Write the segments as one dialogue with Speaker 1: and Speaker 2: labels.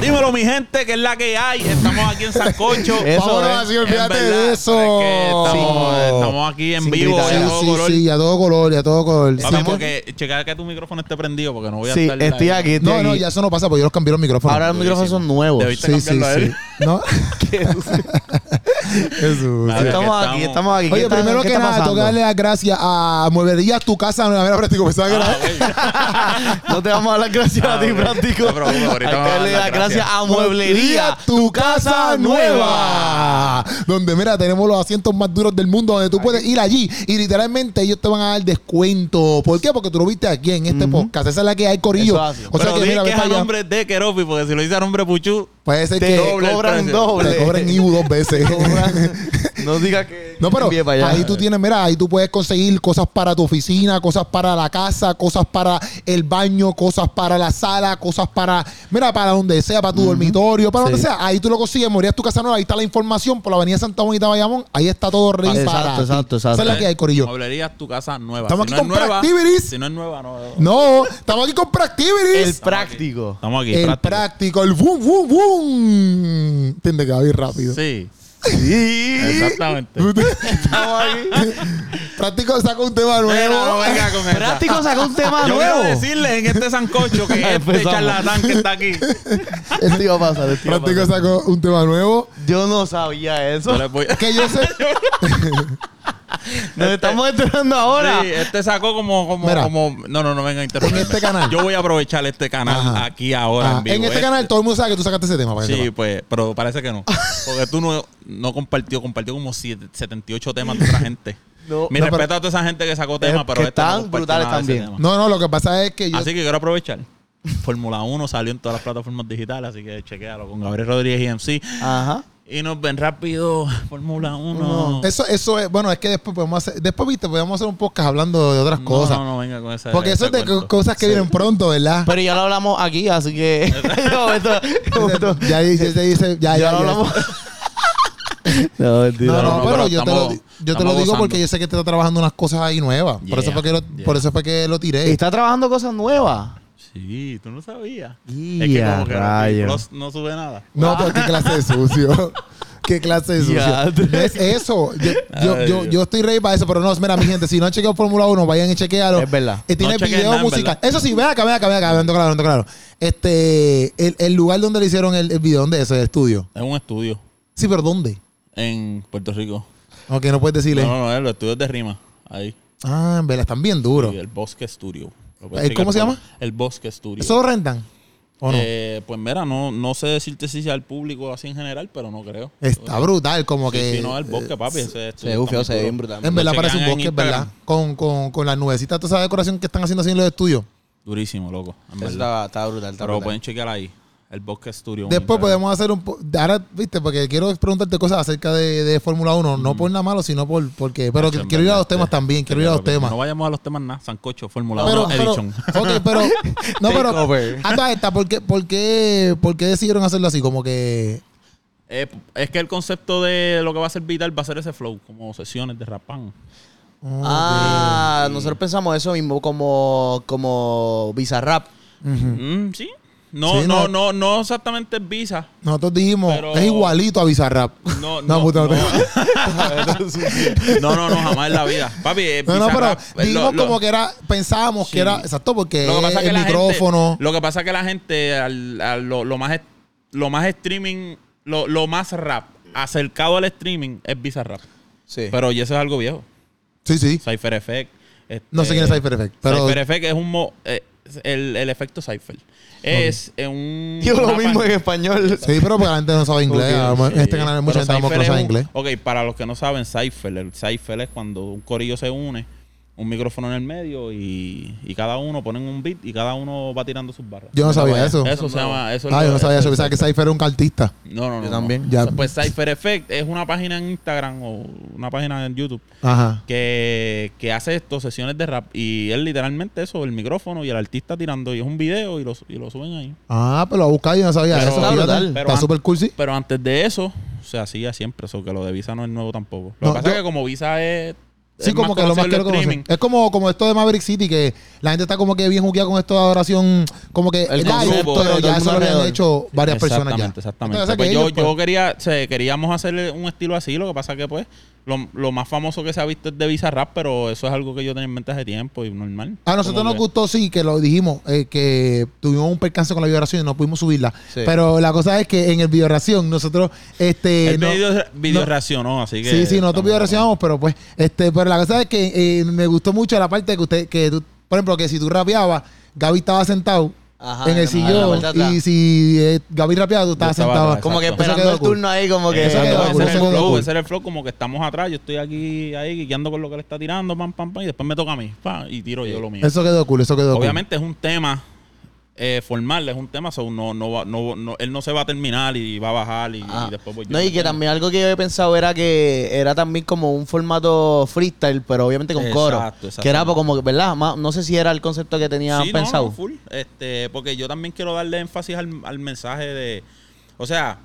Speaker 1: Dímelo, mi gente, que es la que hay. Estamos aquí en Sancocho.
Speaker 2: Eso
Speaker 3: Vámonos
Speaker 2: es.
Speaker 3: así,
Speaker 1: En
Speaker 3: olvídate
Speaker 1: verdad,
Speaker 3: de eso.
Speaker 1: es que estamos, estamos aquí en
Speaker 2: Sin
Speaker 1: vivo.
Speaker 2: gritar.
Speaker 1: ya
Speaker 3: Sí,
Speaker 1: todo
Speaker 3: sí,
Speaker 1: color.
Speaker 3: sí, a todo color, a todo color.
Speaker 1: Papi,
Speaker 3: Estamos-
Speaker 1: porque checar que tu micrófono esté prendido porque no voy a
Speaker 2: Sí,
Speaker 1: estar...
Speaker 2: estoy aquí, estoy
Speaker 3: No,
Speaker 2: aquí.
Speaker 3: no, ya eso no pasa porque yo los cambié los micrófonos.
Speaker 2: Ahora los micrófonos son nuevos.
Speaker 1: Debiste
Speaker 3: sí, sí,
Speaker 1: cambiarlo a él. Ah,
Speaker 3: sí. No. Jesús.
Speaker 1: Nada,
Speaker 2: Estamos
Speaker 1: que
Speaker 2: aquí, estamos aquí. ¿Qué
Speaker 3: Oye,
Speaker 2: está-
Speaker 3: primero
Speaker 2: qué
Speaker 3: que
Speaker 2: está
Speaker 3: nada, tengo
Speaker 2: pasando?
Speaker 3: que darle las gracias a Mueblerías Tu Casa Nueva Mira, Práctico. Pensaba que era...
Speaker 2: No te vamos a dar las gracias
Speaker 1: Ah,
Speaker 2: a ti,
Speaker 1: ok.
Speaker 2: práctico.
Speaker 1: No, pero bueno, ahorita
Speaker 2: Hay que
Speaker 1: vamos a dar
Speaker 2: darle
Speaker 1: las
Speaker 2: las gracias
Speaker 1: gracias.
Speaker 2: a Mueblería, tu casa nueva.
Speaker 3: Donde, mira, tenemos los asientos más duros del mundo, donde tú puedes ir allí y literalmente ellos te van a dar descuento. ¿Por qué? Porque tú lo viste aquí en este podcast. Esa es la que hay, Corillo.
Speaker 2: Eso hace.
Speaker 3: O sea
Speaker 1: Pero
Speaker 3: que,
Speaker 1: di
Speaker 3: mira,
Speaker 1: que
Speaker 3: ves
Speaker 1: es a
Speaker 3: para allá.
Speaker 1: nombre de Keropi, porque si lo dice a nombre de Puchu,
Speaker 3: Puede ser
Speaker 2: Te
Speaker 3: que
Speaker 1: doble el
Speaker 2: cobran
Speaker 1: precio.
Speaker 2: doble.
Speaker 3: te cobren IBU dos veces.
Speaker 2: Te cobran- No digas que.
Speaker 3: No, pero
Speaker 2: envíe para allá.
Speaker 3: ahí tú tienes, mira, ahí tú puedes conseguir cosas para tu oficina, cosas para la casa, cosas para el baño, cosas para la sala, cosas para, mira, para donde sea, para tu dormitorio, para donde
Speaker 2: Sí.
Speaker 3: sea. Ahí tú lo consigues, morías tu casa nueva, ahí está la información por la avenida Santa Bonita Bayamón, ahí está todo rey
Speaker 2: Exacto,
Speaker 3: para ti.
Speaker 2: exacto, exacto.
Speaker 3: Esa es la que hay, Corillo.
Speaker 1: mueblerías tu casa nueva.
Speaker 3: Estamos
Speaker 1: Si
Speaker 3: aquí
Speaker 1: no
Speaker 3: con
Speaker 1: es nueva,
Speaker 3: Practivities.
Speaker 1: Si no es nueva, no. no.
Speaker 3: No, estamos aquí con
Speaker 2: El
Speaker 3: Practivities.
Speaker 2: práctico.
Speaker 1: Estamos aquí.
Speaker 3: El,
Speaker 1: práctico.
Speaker 3: práctico, el boom, boom, boom. Entiende que va bien rápido.
Speaker 1: Sí,
Speaker 2: Sí.
Speaker 1: exactamente.
Speaker 2: Estamos aquí.
Speaker 3: Práctico saca un tema
Speaker 1: Pero no
Speaker 3: nuevo.
Speaker 1: venga con esa.
Speaker 2: Práctico sacó un tema
Speaker 1: Yo
Speaker 2: nuevo.
Speaker 1: quiero decirle en este sancocho
Speaker 3: Ah,
Speaker 1: que este
Speaker 2: Empezamos.
Speaker 1: charlatán que está aquí.
Speaker 2: Esto iba a pasar. esto iba a
Speaker 3: Práctico
Speaker 2: pasar.
Speaker 3: sacó un tema nuevo.
Speaker 2: Yo no sabía eso.
Speaker 1: Yo les voy-
Speaker 3: Que yo sé.
Speaker 2: Nos estamos enterando ahora.
Speaker 1: Sí, este sacó como, como,
Speaker 3: Mira.
Speaker 1: como. No, no, no venga a interrumpirme.
Speaker 3: En este canal.
Speaker 1: Yo voy a aprovechar este canal
Speaker 3: Ajá.
Speaker 1: aquí ahora
Speaker 3: Ah,
Speaker 1: en vivo.
Speaker 3: este
Speaker 1: Eh,
Speaker 3: canal todo el mundo sabe que tú sacaste ese tema. para que
Speaker 1: Sí,
Speaker 3: sepa.
Speaker 1: pues, pero parece que no. Porque tú no, no compartió, compartió como siete- 78 temas de otra gente.
Speaker 2: No.
Speaker 1: Mi
Speaker 3: No,
Speaker 1: respeto
Speaker 3: pero-
Speaker 1: a toda esa gente que sacó temas,
Speaker 2: Es
Speaker 1: pero
Speaker 2: que
Speaker 1: esta no
Speaker 2: están
Speaker 1: compartió
Speaker 2: brutales
Speaker 1: nada de ese tema.
Speaker 2: también.
Speaker 3: No, no, lo que pasa es que yo...
Speaker 1: pues. Así que quiero aprovechar. Fórmula 1 salió en todas las plataformas digitales, así que chequéalo con Gabriel Rodríguez y MC.
Speaker 2: Ajá.
Speaker 1: Y nos ven rápido, Fórmula 1.
Speaker 2: No.
Speaker 3: Eso, eso es... Bueno, es que después podemos hacer... Después, viste, podemos hacer un podcast hablando de otras
Speaker 1: No,
Speaker 3: cosas.
Speaker 1: No, no, venga con esa.
Speaker 3: Porque eso
Speaker 1: ese
Speaker 3: es de co-
Speaker 1: cuento.
Speaker 3: cosas que vienen pronto, ¿verdad?
Speaker 2: Pero ya lo hablamos aquí, así que. No, esto- esto-
Speaker 3: ya dice, ya dice, ya,
Speaker 2: ya,
Speaker 3: ya,
Speaker 2: lo
Speaker 3: ya.
Speaker 2: hablamos. no, mentira.
Speaker 3: No, no,
Speaker 1: No, no,
Speaker 3: pero,
Speaker 1: pero
Speaker 3: yo
Speaker 1: estamos-
Speaker 3: te lo, yo te
Speaker 1: estamos
Speaker 3: lo digo
Speaker 1: gozando.
Speaker 3: porque yo sé que te está trabajando unas cosas ahí nuevas.
Speaker 1: Yeah,
Speaker 3: por, eso fue que lo,
Speaker 1: yeah.
Speaker 3: por eso fue que lo tiré.
Speaker 2: Está trabajando cosas nuevas.
Speaker 1: Sí, tú no sabías.
Speaker 2: Y
Speaker 1: es que
Speaker 2: a
Speaker 1: como que
Speaker 2: rayos.
Speaker 1: Plus no sube nada.
Speaker 3: No, pero qué clase de sucio. Qué clase de
Speaker 2: Ya.
Speaker 3: sucio. No es eso. Yo, yo,
Speaker 1: Ay,
Speaker 3: yo,
Speaker 1: Dios.
Speaker 3: yo estoy ready para eso, pero no, mira, mi gente, si no han chequeado Fórmula 1, vayan y chequealo.
Speaker 2: Es verdad.
Speaker 3: Eh, tiene
Speaker 1: No chequen
Speaker 3: video
Speaker 1: nada, en
Speaker 3: musical.
Speaker 1: verdad.
Speaker 3: Eso sí, ven acá, ven acá, ven acá, ven claro, ven claro. Este, el, el lugar donde le hicieron el, el video, ¿dónde es? El estudio.
Speaker 1: Es un estudio
Speaker 3: Sí, pero ¿dónde?
Speaker 1: en Puerto Rico.
Speaker 3: Ok, no puedes decirle.
Speaker 1: No, no, no, es los estudios de Rima. Ahí.
Speaker 3: Ah, en verdad, están bien duros.
Speaker 1: Sí, el Bosque Studio. Lo
Speaker 3: ¿Eh,
Speaker 1: puedes checar
Speaker 3: cómo se
Speaker 1: por-
Speaker 3: llama?
Speaker 1: El Bosque Studio.
Speaker 3: ¿Eso lo rentan? ¿O no?
Speaker 1: Eh, pues mira, no, no sé decirte si sea al público así en general, pero no creo.
Speaker 3: Está brutal, como
Speaker 1: Sí,
Speaker 3: que. eh,
Speaker 1: sí, no, el bosque, papi. Ese estudio
Speaker 2: Se bufió,
Speaker 1: está
Speaker 2: se
Speaker 1: muy duro.
Speaker 2: ve bien brutal.
Speaker 3: En verdad
Speaker 1: Lo
Speaker 3: parece un
Speaker 1: chequean en
Speaker 3: bosque, es ¿verdad?
Speaker 1: Instagram.
Speaker 3: Con, con, con las nubecitas, toda esa decoración que están haciendo así en los estudios.
Speaker 1: Durísimo, loco. en
Speaker 2: Eso
Speaker 1: verdad.
Speaker 2: está, está brutal, está
Speaker 1: Pero
Speaker 2: brutal.
Speaker 1: pueden chequear ahí. El Bosque Studio. en
Speaker 3: Después
Speaker 1: Instagram.
Speaker 3: podemos hacer un... po- Ahora, viste, porque quiero preguntarte cosas acerca de, de Fórmula 1, no por nada malo, sino por... porque Pero
Speaker 1: Eso
Speaker 3: que-
Speaker 1: Mm. en
Speaker 3: quiero ir a
Speaker 1: verdad, eh,
Speaker 3: los temas
Speaker 1: sí.
Speaker 3: también, quiero ir a los
Speaker 1: Pero, pero,
Speaker 3: temas.
Speaker 1: No vayamos a los temas nada. Sancocho, Fórmula 1
Speaker 3: Pero, pero,
Speaker 1: Edition.
Speaker 3: ok, pero... No, pero...
Speaker 2: Takeover.
Speaker 3: A todas estas, ¿por qué, por, qué, ¿por qué decidieron hacerlo así? Como que...
Speaker 1: Eh, es que el concepto de lo que va a ser vital va a ser ese flow, como sesiones de rapán.
Speaker 2: Ah, nosotros pensamos eso mismo como, como Bizarrap.
Speaker 1: Mm, sí. No,
Speaker 3: Sí,
Speaker 1: no, no,
Speaker 3: no.
Speaker 1: no, exactamente es visa.
Speaker 3: Nosotros dijimos,
Speaker 1: Pero-
Speaker 3: es igualito a Bizarrap.
Speaker 1: No, no,
Speaker 3: puta,
Speaker 1: no.
Speaker 3: te-
Speaker 1: No, no, no, jamás en la vida. Papi, eh,
Speaker 3: No, no,
Speaker 1: Bizarrap,
Speaker 3: pero
Speaker 1: eh, lo-
Speaker 3: dijimos
Speaker 1: lo-
Speaker 3: como que era... Pensábamos
Speaker 1: Sí.
Speaker 3: que era... Exacto, porque
Speaker 1: Lo que pasa es
Speaker 3: el
Speaker 1: que la
Speaker 3: micrófono...
Speaker 1: Gente, lo que pasa es que la gente, al- al- lo, lo más, est- lo más streaming, lo, lo más rap, acercado al streaming, es Bizarrap.
Speaker 2: Sí.
Speaker 1: Pero y eso es algo viejo.
Speaker 3: Sí, sí.
Speaker 1: Cypher Effect. este,
Speaker 3: No sé quién es Cypher Effect, pero...
Speaker 1: Cypher Effect es un... mo- eh, el, el efecto Cypher. Es eh, un...
Speaker 2: Yo lo
Speaker 1: una
Speaker 2: mismo
Speaker 1: pan-
Speaker 2: en español.
Speaker 3: Sí, pero porque la gente no sabe inglés.
Speaker 2: Ok,
Speaker 3: a lo mejor En este
Speaker 1: Sí,
Speaker 3: canal hay mucha
Speaker 1: pero
Speaker 3: gente a lo mejor que no
Speaker 1: Cypher
Speaker 3: sabe
Speaker 1: es un-
Speaker 3: inglés.
Speaker 1: Ok, para los que no saben, Cypher. El Cypher es cuando un corillo se une, un micrófono en el medio y, y cada uno ponen un beat y cada uno va tirando sus barras.
Speaker 3: Yo no sabía eso.
Speaker 1: Eso se llama... Eso es
Speaker 3: Ah,
Speaker 1: lo-
Speaker 3: yo no sabía eso.
Speaker 1: es-
Speaker 3: Pensaba que Cypher era un cartista.
Speaker 1: No, no, no.
Speaker 2: Yo
Speaker 1: no.
Speaker 2: también.
Speaker 3: Ya.
Speaker 1: Pues Cypher Effect es una página en Instagram o una página en YouTube
Speaker 3: Ajá.
Speaker 1: que, que hace esto, sesiones de rap. Y es literalmente eso, el micrófono y el artista tirando. Y es un video y lo, y lo suben ahí.
Speaker 3: Ah, pero lo buscaba yo no sabía
Speaker 1: Pero-
Speaker 3: eso.
Speaker 1: Está
Speaker 3: fíjate.
Speaker 2: brutal.
Speaker 1: Pero
Speaker 3: Está
Speaker 1: an-
Speaker 3: súper cursi.
Speaker 1: Pero antes de eso, se hacía siempre. Eso que lo de Visa no es nuevo tampoco. Lo
Speaker 3: No,
Speaker 1: que pasa
Speaker 3: yo-
Speaker 1: es que como Visa es...
Speaker 3: Sí, como que lo más que lo conocen. Es como, como esto de Maverick City, que la gente está como que bien jugueada con esto de adoración, como que
Speaker 2: El
Speaker 3: live,
Speaker 2: consumo,
Speaker 3: pero
Speaker 2: todo el mundo
Speaker 3: ya eso lo habían
Speaker 2: alrededor.
Speaker 3: hecho varias personas ya.
Speaker 1: Exactamente,
Speaker 3: Entonces,
Speaker 1: exactamente.
Speaker 3: que
Speaker 1: Pues yo,
Speaker 3: ellos, pues,
Speaker 1: yo quería, o sea, queríamos hacerle un estilo así, lo que pasa que pues lo, lo más famoso que se ha visto es de Bizarrap, pero eso es algo que yo tenía en mente hace tiempo y normal.
Speaker 3: A nosotros
Speaker 1: Como
Speaker 3: nos
Speaker 1: que-
Speaker 3: gustó, sí, que lo dijimos, eh, que tuvimos un percance con la vibración y no pudimos subirla.
Speaker 2: Sí.
Speaker 3: Pero la cosa es que en el vibración nosotros... Este,
Speaker 1: Él
Speaker 3: no-
Speaker 1: video, video
Speaker 3: no-
Speaker 1: reaccionó, así que...
Speaker 3: Sí, sí, nosotros
Speaker 1: estamos-
Speaker 3: video reaccionamos, pero pues, este, pero la cosa es que eh, me gustó mucho la parte que usted, que tú, por ejemplo, que si tú rapeabas, Gaby estaba sentado
Speaker 1: Ah,
Speaker 2: Ajá,
Speaker 3: en
Speaker 2: en la-
Speaker 3: el
Speaker 2: en la
Speaker 3: sillón
Speaker 2: parte de atrás.
Speaker 3: y si eh, Gaby rapeaba, tú estabas
Speaker 1: estaba
Speaker 3: sentado.
Speaker 1: atrás.
Speaker 2: Como que
Speaker 1: Exacto.
Speaker 3: Eso
Speaker 2: esperando
Speaker 3: quedó
Speaker 2: el
Speaker 3: cool.
Speaker 2: turno ahí, como que.
Speaker 1: Eh, Ese
Speaker 3: Eso
Speaker 1: era
Speaker 3: quedó
Speaker 1: el
Speaker 3: cool, eso quedó
Speaker 1: flow,
Speaker 3: cool.
Speaker 1: ese era el flow, como que estamos atrás, yo estoy aquí, ahí, guiando con lo que le está tirando, pam, pam, pam, y después me toca a mí, pa, y tiro yo lo mío.
Speaker 3: Eso quedó cool, eso quedó cool.
Speaker 1: Obviamente es un tema eh, formal, es un tema, so no, no, va- no, no- él no se va a terminar y va a bajar y,
Speaker 2: Ah,
Speaker 1: y después voy yo.
Speaker 2: no, y que también algo que yo había pensado era que era también como un formato freestyle, pero obviamente con coro.
Speaker 1: Exacto, exacto.
Speaker 2: Que era pues, como, que, ¿verdad? Más- no sé si era el concepto que tenían
Speaker 1: Sí, no,
Speaker 2: pensado.
Speaker 1: no, full. Este, porque yo también quiero darle énfasis al, al mensaje de. O sea,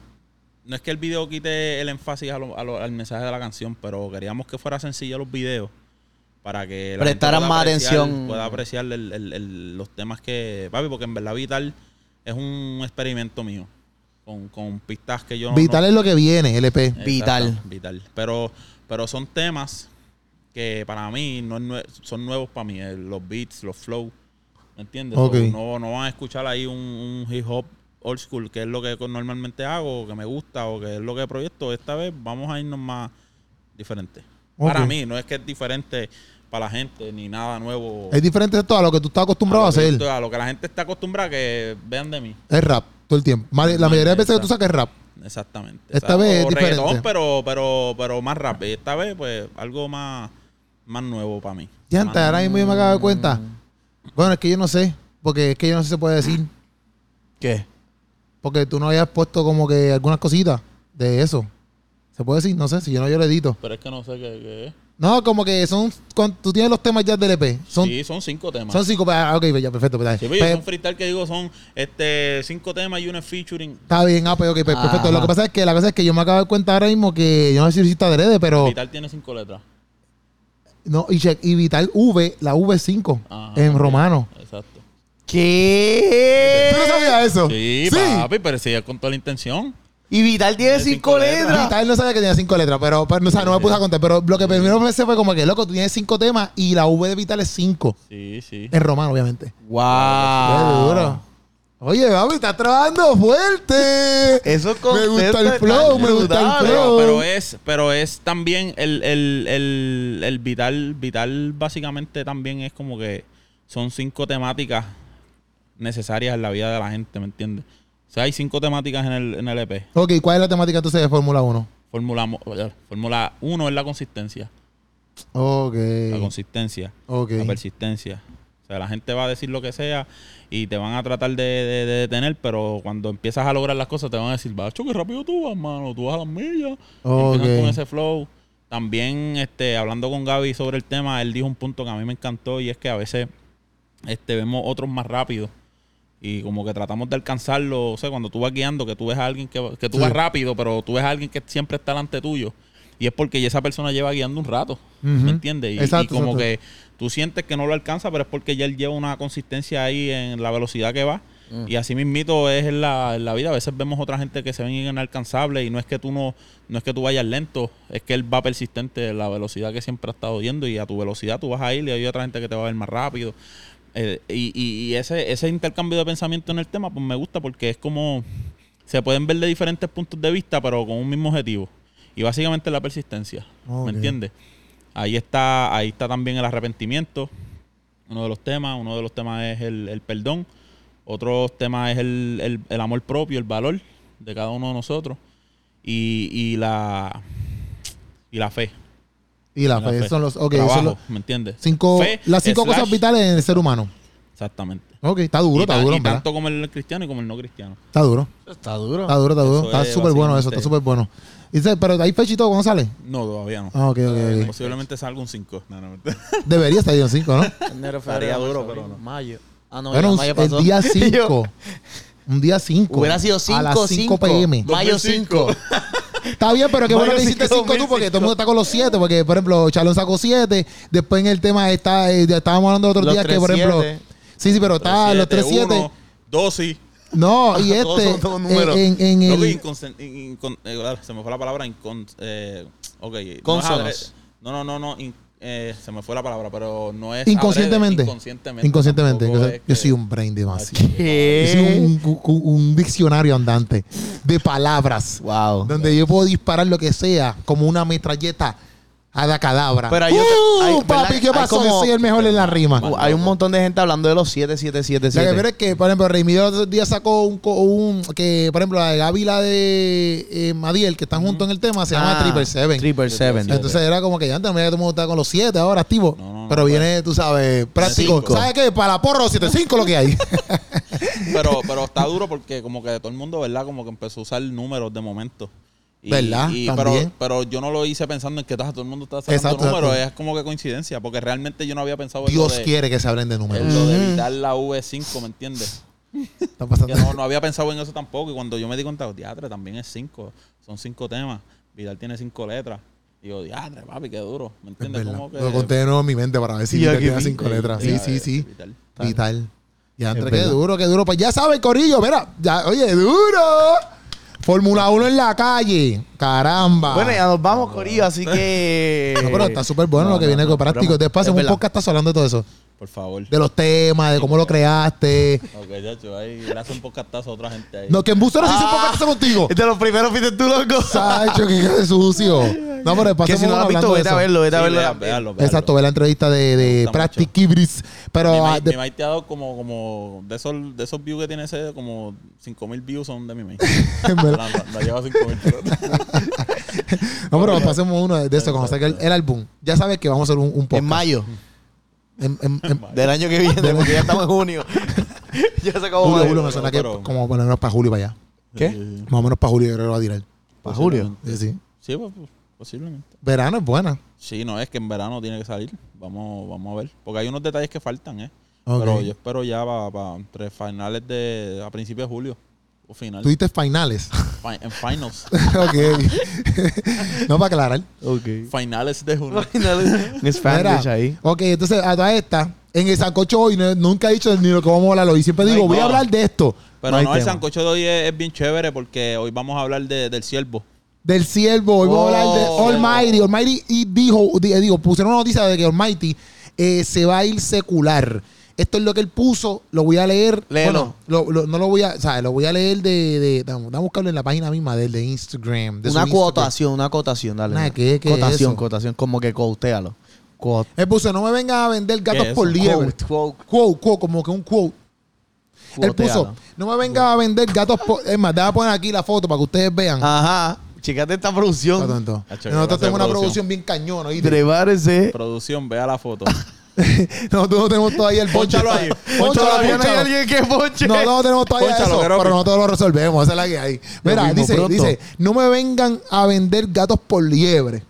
Speaker 1: no es que el video quite el énfasis a lo- a lo- al mensaje de la canción, pero queríamos que fuera sencillo los videos para que la gente
Speaker 2: Prestaran
Speaker 1: pueda
Speaker 2: más
Speaker 1: apreciar-
Speaker 2: atención.
Speaker 1: Pueda apreciar el- el- el- los temas que. Papi, porque en verdad Vital es un experimento mío. Con, con pistas que yo no- Eh,
Speaker 3: Vital es lo que viene, LP.
Speaker 1: Exacto,
Speaker 2: Vital.
Speaker 1: Vital. Pero, pero son temas que para mí no es nue- son nuevos para mí. eh, Los beats, los flow. ¿Me entiendes?
Speaker 3: Ok.
Speaker 1: So, No, no van a escuchar ahí un, un hip hop old school, que es lo que co- normalmente hago, que me gusta o que es lo que proyecto. Esta vez vamos a irnos más diferente. Para
Speaker 3: Ok.
Speaker 1: mí, no es que es diferente para la gente ni nada nuevo.
Speaker 3: Es diferente de todo a lo que tú estás acostumbrado a
Speaker 1: lo que yo
Speaker 3: hacer.
Speaker 1: estoy- a lo que la gente está acostumbrada que vean de mí.
Speaker 3: Es rap, todo el tiempo. Ma- La
Speaker 1: Normal,
Speaker 3: mayoría de veces que tú
Speaker 1: exacto.
Speaker 3: sacas es rap.
Speaker 1: Exactamente.
Speaker 3: Esta vez es
Speaker 1: o
Speaker 3: diferente.
Speaker 1: reggaetón, pero, pero, pero más rápido. Esta vez, pues, algo más, más nuevo para mí.
Speaker 3: Ya,
Speaker 1: Más
Speaker 3: antes, ahora mismo yo me acabo de dar cuenta. Bueno, es que yo no sé, porque es que yo no sé si se puede decir,
Speaker 2: ¿Qué?
Speaker 3: porque tú no habías puesto como que algunas cositas de eso. ¿Se puede decir? No sé, si yo no, yo lo edito.
Speaker 1: Pero es que no sé qué, qué es.
Speaker 3: No, como que son. cuan- tú tienes los temas ya del EP. Son,
Speaker 1: sí, son cinco temas.
Speaker 3: son cinco. Ah, ok, pues ya, perfecto. pues,
Speaker 1: Sí,
Speaker 3: está
Speaker 1: pero yo
Speaker 3: bien.
Speaker 1: son freestyle que digo son este cinco temas y uno es featuring.
Speaker 3: Está bien, ah, pues, ok, pues,
Speaker 2: Ajá.
Speaker 3: perfecto. Lo que pasa es que la cosa es que yo me acabo de dar cuenta ahora mismo que yo no sé si lo hiciste adrede, pero.
Speaker 1: Vital tiene cinco letras.
Speaker 3: No, y, check, y Vital V, la V5,
Speaker 1: Ajá,
Speaker 3: en
Speaker 1: ok.
Speaker 3: romano.
Speaker 1: Exacto.
Speaker 2: ¿Qué?
Speaker 3: ¿Tú no sabías eso?
Speaker 1: Sí, papi, pero sí, es con toda la intención.
Speaker 2: Y Vital tiene
Speaker 1: Tiene
Speaker 2: cinco,
Speaker 1: cinco letras.
Speaker 2: letras.
Speaker 3: Vital no sabía que tenía cinco letras, pero, pero, o sea, no me puse a contar. Pero lo que primero pensé fue como que, loco, tú tienes cinco temas y la V de Vital es cinco.
Speaker 1: Sí, sí.
Speaker 3: En romano, obviamente. Eh.
Speaker 1: Ah.
Speaker 3: Qué
Speaker 2: ¡Wow!
Speaker 3: duro. Oye, papi, estás trabajando fuerte.
Speaker 1: Eh.
Speaker 2: Eso
Speaker 3: Me gusta el
Speaker 2: conceptos
Speaker 3: flow,
Speaker 2: están
Speaker 3: me gusta el
Speaker 2: brutales.
Speaker 1: Pero,
Speaker 3: flow.
Speaker 1: pero es, pero es también el, el, el, el vital, vital básicamente también es como que son cinco temáticas necesarias en la vida de la gente, ¿me entiendes? O sea, hay cinco temáticas en el, en el EP.
Speaker 3: Ok, ¿cuál es la temática entonces de Fórmula 1?
Speaker 1: Fórmula, mo- Fórmula 1 es la consistencia.
Speaker 3: Ok.
Speaker 1: La consistencia.
Speaker 3: Ok.
Speaker 1: La persistencia. O sea, la gente va a decir lo que sea y te van a tratar de, de- de detener, pero cuando empiezas a lograr las cosas te van a decir, bacho, qué rápido tú vas, mano, tú vas a las millas. Y
Speaker 3: Ok.
Speaker 1: Empiezan con ese flow. También, este, hablando con Gaby sobre el tema, él dijo un punto que a mí me encantó y es que a veces este, vemos otros más rápidos y como que tratamos de alcanzarlo. O sea, cuando tú vas guiando, que tú ves a alguien que, va- que tú
Speaker 3: Sí.
Speaker 1: vas rápido, pero tú ves a alguien que siempre está delante tuyo. Y es porque esa persona lleva guiando un rato.
Speaker 3: Ujú.
Speaker 1: ¿Me entiendes? Y, y
Speaker 3: Exacto,
Speaker 1: como
Speaker 3: exacto.
Speaker 1: que tú sientes que no lo alcanza, pero es porque ya él lleva una consistencia ahí en la velocidad que va. Y así mismito es en la, en la vida. A veces vemos otra gente que se ven inalcanzables y no es que tú no, no es que tú vayas lento, es que él va persistente en la velocidad que siempre ha estado yendo y a tu velocidad tú vas a ir y hay otra gente que te va a ver más rápido. Eh, y y- y ese, ese intercambio de pensamiento en el tema, pues me gusta porque es como se pueden ver de diferentes puntos de vista, pero con un mismo objetivo. Y básicamente la persistencia.
Speaker 3: Ok.
Speaker 1: ¿Me entiendes? Ahí está, ahí está también el arrepentimiento, uno de los temas. Uno de los temas es el, el perdón. Otro tema es el, el- el amor propio, el valor de cada uno de nosotros. Y, y la y la fe.
Speaker 3: Y la
Speaker 1: La
Speaker 3: fe,
Speaker 1: fe.
Speaker 3: son los. Ok,
Speaker 1: Trabajo,
Speaker 3: son los
Speaker 1: ¿me entiendes?
Speaker 3: cinco,
Speaker 1: Fe,
Speaker 3: las cinco
Speaker 1: slash-
Speaker 3: cosas vitales en el ser humano.
Speaker 1: Exactamente.
Speaker 3: Ok, está duro,
Speaker 1: y,
Speaker 3: está
Speaker 1: ta-
Speaker 3: duro,
Speaker 1: y
Speaker 3: en verdad.
Speaker 1: tanto como el cristiano y como el no cristiano.
Speaker 3: Está duro,
Speaker 2: Está duro.
Speaker 3: está duro, está duro.
Speaker 1: Eso
Speaker 3: Está
Speaker 1: es
Speaker 3: súper bueno eso, está
Speaker 1: básicamente-
Speaker 3: súper bueno. Dice, pero hay fecha y todo cuando sale.
Speaker 1: No, todavía no. Eh,
Speaker 3: Ah, ok, ok, ok.
Speaker 1: Posiblemente salga un 5. No, no, mentira.
Speaker 3: Debería estar en cinco, ¿no?
Speaker 2: Enero,
Speaker 1: Estaría
Speaker 2: febrero,
Speaker 1: duro,
Speaker 2: marzo,
Speaker 1: pero
Speaker 2: abril,
Speaker 1: no.
Speaker 2: Mayo. Ah, no,
Speaker 3: Bueno,
Speaker 2: ya
Speaker 3: un-
Speaker 2: mayo pasó.
Speaker 3: el día
Speaker 2: Yo-
Speaker 3: 5. un día 5.
Speaker 2: Hubiera sido 5,
Speaker 3: A las 5
Speaker 2: 5
Speaker 3: pm.
Speaker 2: Mayo
Speaker 1: 2005.
Speaker 2: 5.
Speaker 3: Está bien, pero qué bueno
Speaker 2: Mario
Speaker 3: que hiciste
Speaker 2: cinco,
Speaker 3: 5 tú,
Speaker 2: mil
Speaker 3: porque
Speaker 2: cinco.
Speaker 3: todo el mundo está con los 7. Porque, por ejemplo, Chalón sacó 7. Después en el tema está, eh, ya estábamos hablando los otros
Speaker 2: Los
Speaker 3: días que, por
Speaker 2: tres
Speaker 3: ejemplo.
Speaker 2: siete.
Speaker 3: Sí, sí, pero está Ah, los 3 7.
Speaker 1: uno, dosis.
Speaker 3: No,
Speaker 2: Todos
Speaker 3: y este.
Speaker 2: son todos números.
Speaker 3: En, en, en
Speaker 1: Creo que
Speaker 3: el,
Speaker 1: inconsen- in- incon- eh, ah, se me fue la palabra. Incon, eh, ok. no es
Speaker 2: Consonos.
Speaker 1: adre- No, no, no, no. in- eh, se me fue la palabra, pero no es.
Speaker 3: inconscientemente.
Speaker 1: adrede,
Speaker 3: Inconscientemente.
Speaker 1: Inconscientemente.
Speaker 3: Yo
Speaker 1: Tampoco es que-
Speaker 3: soy un brain demasiado. Yo soy
Speaker 2: ¿Qué?
Speaker 3: un, un- un diccionario andante de palabras.
Speaker 2: Wow.
Speaker 3: Donde yo puedo disparar lo que sea, como una metralleta a la cadabra.
Speaker 2: Pero hay otro-
Speaker 3: ¡Uh,
Speaker 2: hay-
Speaker 3: papi,
Speaker 2: ¿verdad?
Speaker 3: ¿qué
Speaker 2: Hay
Speaker 3: pasó?
Speaker 2: como-
Speaker 3: Yo soy el mejor en la rima.
Speaker 2: Uh, Hay un montón de gente hablando de los 777.
Speaker 3: Lo que pero es que, por ejemplo, Rey Mido el otro día sacó un, co- un- que, por ejemplo, la de Gaby y la de eh, Madiel, que están juntos en el tema, se llama Triple Seven.
Speaker 2: Ah, Triple Seven.
Speaker 3: Entonces era como que ya antes, mira que todo el mundo está con los siete ahora activo.
Speaker 1: No, no, no,
Speaker 3: pero viene, tú sabes, práctico.
Speaker 1: Cinco.
Speaker 3: ¿Sabes qué? Para la porro, siete, cinco lo que hay.
Speaker 1: pero, pero está duro porque como que todo el mundo, ¿verdad? Como que empezó a usar números de momento. Y-
Speaker 3: ¿Verdad?
Speaker 1: y-
Speaker 3: También.
Speaker 1: pero, pero yo no lo hice pensando en que taja, todo el mundo está sacando
Speaker 3: Exacto,
Speaker 1: números.
Speaker 3: exacto.
Speaker 1: Es como que coincidencia, porque realmente yo no había pensado en
Speaker 3: Dios
Speaker 1: lo de,
Speaker 3: quiere que se hablen de
Speaker 1: en
Speaker 3: números.
Speaker 1: lo de evitar la V5, ¿me entiendes?
Speaker 3: Está pasando.
Speaker 1: Que no, no había pensado en eso tampoco. Y cuando yo me di cuenta, diadre, también es cinco. Son cinco temas. Vidal tiene cinco letras. Digo, diadre, papi, qué duro. ¿Me
Speaker 3: Es
Speaker 1: entiendes?
Speaker 3: verdad.
Speaker 1: Como que-
Speaker 3: Lo conté de nuevo en mi mente para ver si
Speaker 2: Y
Speaker 3: te
Speaker 2: aquí
Speaker 3: quedan
Speaker 2: vi-
Speaker 3: cinco letras. Sí,
Speaker 1: Diadre,
Speaker 3: sí, sí.
Speaker 1: Vidal.
Speaker 3: Vital. Y André,
Speaker 2: Es
Speaker 3: qué
Speaker 2: verdad.
Speaker 3: duro, qué duro. Pues ya saben, Corillo, mira, ya, oye, duro. Fórmula 1 en la calle. Caramba.
Speaker 2: Bueno, ya nos vamos, Corillo, así que.
Speaker 3: No, pero está súper bueno
Speaker 2: No,
Speaker 3: lo que
Speaker 2: no,
Speaker 3: viene
Speaker 2: no,
Speaker 3: con práctico.
Speaker 2: broma.
Speaker 3: Después
Speaker 2: Es
Speaker 3: hacemos un
Speaker 2: verdad.
Speaker 3: podcast estás hablando de todo eso.
Speaker 1: Por favor.
Speaker 3: De los temas, de cómo lo creaste.
Speaker 1: Ok, chacho, ahí le hace un podcastazo a otra gente ahí.
Speaker 3: No, que en Busto nos hizo un
Speaker 2: Ah.
Speaker 3: podcast contigo.
Speaker 2: Es de los primeros fuiste tú, loco.
Speaker 3: Sacho, qué hijo de sucio. No, pero después
Speaker 2: Que si no
Speaker 3: hacemos uno
Speaker 2: lo has visto,
Speaker 3: hablando de
Speaker 2: vete a
Speaker 3: eso.
Speaker 2: verlo, vete a
Speaker 1: Sí,
Speaker 2: verlo.
Speaker 1: vean, véanlo, véanlo.
Speaker 3: Exacto, ve la entrevista de,
Speaker 1: Me
Speaker 3: de
Speaker 1: gusta
Speaker 3: Practic
Speaker 1: mucho.
Speaker 3: Ibris.
Speaker 1: Mi
Speaker 3: Pero ah,
Speaker 1: maíz-
Speaker 3: de-
Speaker 1: mi maíz te ha dado como, como de esos, de esos views que tiene ese, como 5000 views son de mi maíz.
Speaker 3: en
Speaker 1: no,
Speaker 3: verdad.
Speaker 1: no, no lleva 5000. pero-
Speaker 3: no, pero pasemos uno de eso cuando saque el, el álbum. Ya sabes que vamos a hacer un, un podcast.
Speaker 2: En mayo
Speaker 3: En- en- en-
Speaker 2: del año que viene, porque ya estamos en junio. ya se acabó.
Speaker 3: Julio,
Speaker 2: mayo.
Speaker 3: Julio, me suena que
Speaker 1: Oh, pero-
Speaker 3: como más o menos para julio para allá.
Speaker 2: ¿Qué?
Speaker 1: Sí,
Speaker 3: Más o menos para julio, yo creo que lo va a tirar.
Speaker 2: ¿Para julio?
Speaker 3: Sí, sí.
Speaker 1: Sí, pues, pues, posiblemente.
Speaker 3: Verano es buena.
Speaker 1: Sí, no, es que en verano tiene que salir. Vamos, vamos a ver. Porque hay unos detalles que faltan, ¿eh?
Speaker 3: Ok.
Speaker 1: Pero yo espero ya para entre finales de. a principios de julio. O final.
Speaker 3: Tú diste finales.
Speaker 1: Fi- en finals.
Speaker 3: ok. no para aclarar.
Speaker 2: Ok.
Speaker 1: finales de julio.
Speaker 2: Un Spanish
Speaker 3: Mira,
Speaker 2: ahí.
Speaker 3: Ok, entonces a toda esta, en el sancocho hoy no- nunca he dicho ni lo que vamos a hablar hoy. Siempre
Speaker 1: No
Speaker 3: digo,
Speaker 1: hay
Speaker 3: voy a
Speaker 1: nada.
Speaker 3: hablar de esto.
Speaker 1: Pero
Speaker 2: No
Speaker 1: no,
Speaker 2: hay
Speaker 1: el
Speaker 2: tema.
Speaker 1: sancocho de hoy es, es bien chévere porque hoy vamos a hablar de- del siervo.
Speaker 3: Del siervo, hoy vamos a hablar de
Speaker 2: Oh.
Speaker 3: Almighty. Almighty y dijo, di- eh, digo, pusieron una noticia de que Almighty eh, se va a ir secular. Esto es lo que él puso, lo voy a leer.
Speaker 2: Léelo.
Speaker 3: Bueno, lo- lo- no lo voy a, o sea, lo voy a leer de, de, dame- dame a buscarlo en la página misma de él, de Instagram. de su
Speaker 2: Una
Speaker 3: Instagram.
Speaker 2: cotación, una cotación, dale.
Speaker 3: Nah, ¿qué- qué es
Speaker 2: cotación,
Speaker 3: eso?
Speaker 2: cotación, como que cotealo. Quote,
Speaker 3: Él puso, no me vengan a vender gatos
Speaker 1: ¿Qué es
Speaker 3: por
Speaker 1: eso?
Speaker 3: liebre.
Speaker 2: quote, quote,
Speaker 3: Quote, quote, como que un quote. Él puso,
Speaker 2: quotealo.
Speaker 3: no me venga a vender gatos por... Es más, déjame poner aquí la foto para que ustedes vean.
Speaker 2: Ah. Ajá, checate esta
Speaker 3: Está
Speaker 2: producción.
Speaker 3: tonto.
Speaker 1: Hacho, va a ser
Speaker 3: Nosotros tenemos una producción
Speaker 1: producción.
Speaker 3: bien cañona.
Speaker 2: Prepárese.
Speaker 1: Producción, vea la foto.
Speaker 3: Nosotros no tenemos todavía el ponche.
Speaker 1: Pónchalo ahí.
Speaker 3: Pónchalo,
Speaker 2: Todavía no hay
Speaker 3: pónchalo.
Speaker 2: alguien que ponche.
Speaker 3: No, no tenemos todavía
Speaker 1: Pónchalo,
Speaker 3: eso,
Speaker 1: creo
Speaker 3: pero
Speaker 1: que-
Speaker 3: nosotros lo resolvemos. Esa es la que hay. Mira,
Speaker 2: mismo,
Speaker 3: dice,
Speaker 2: pronto.
Speaker 3: dice, no me vengan a vender gatos por liebre.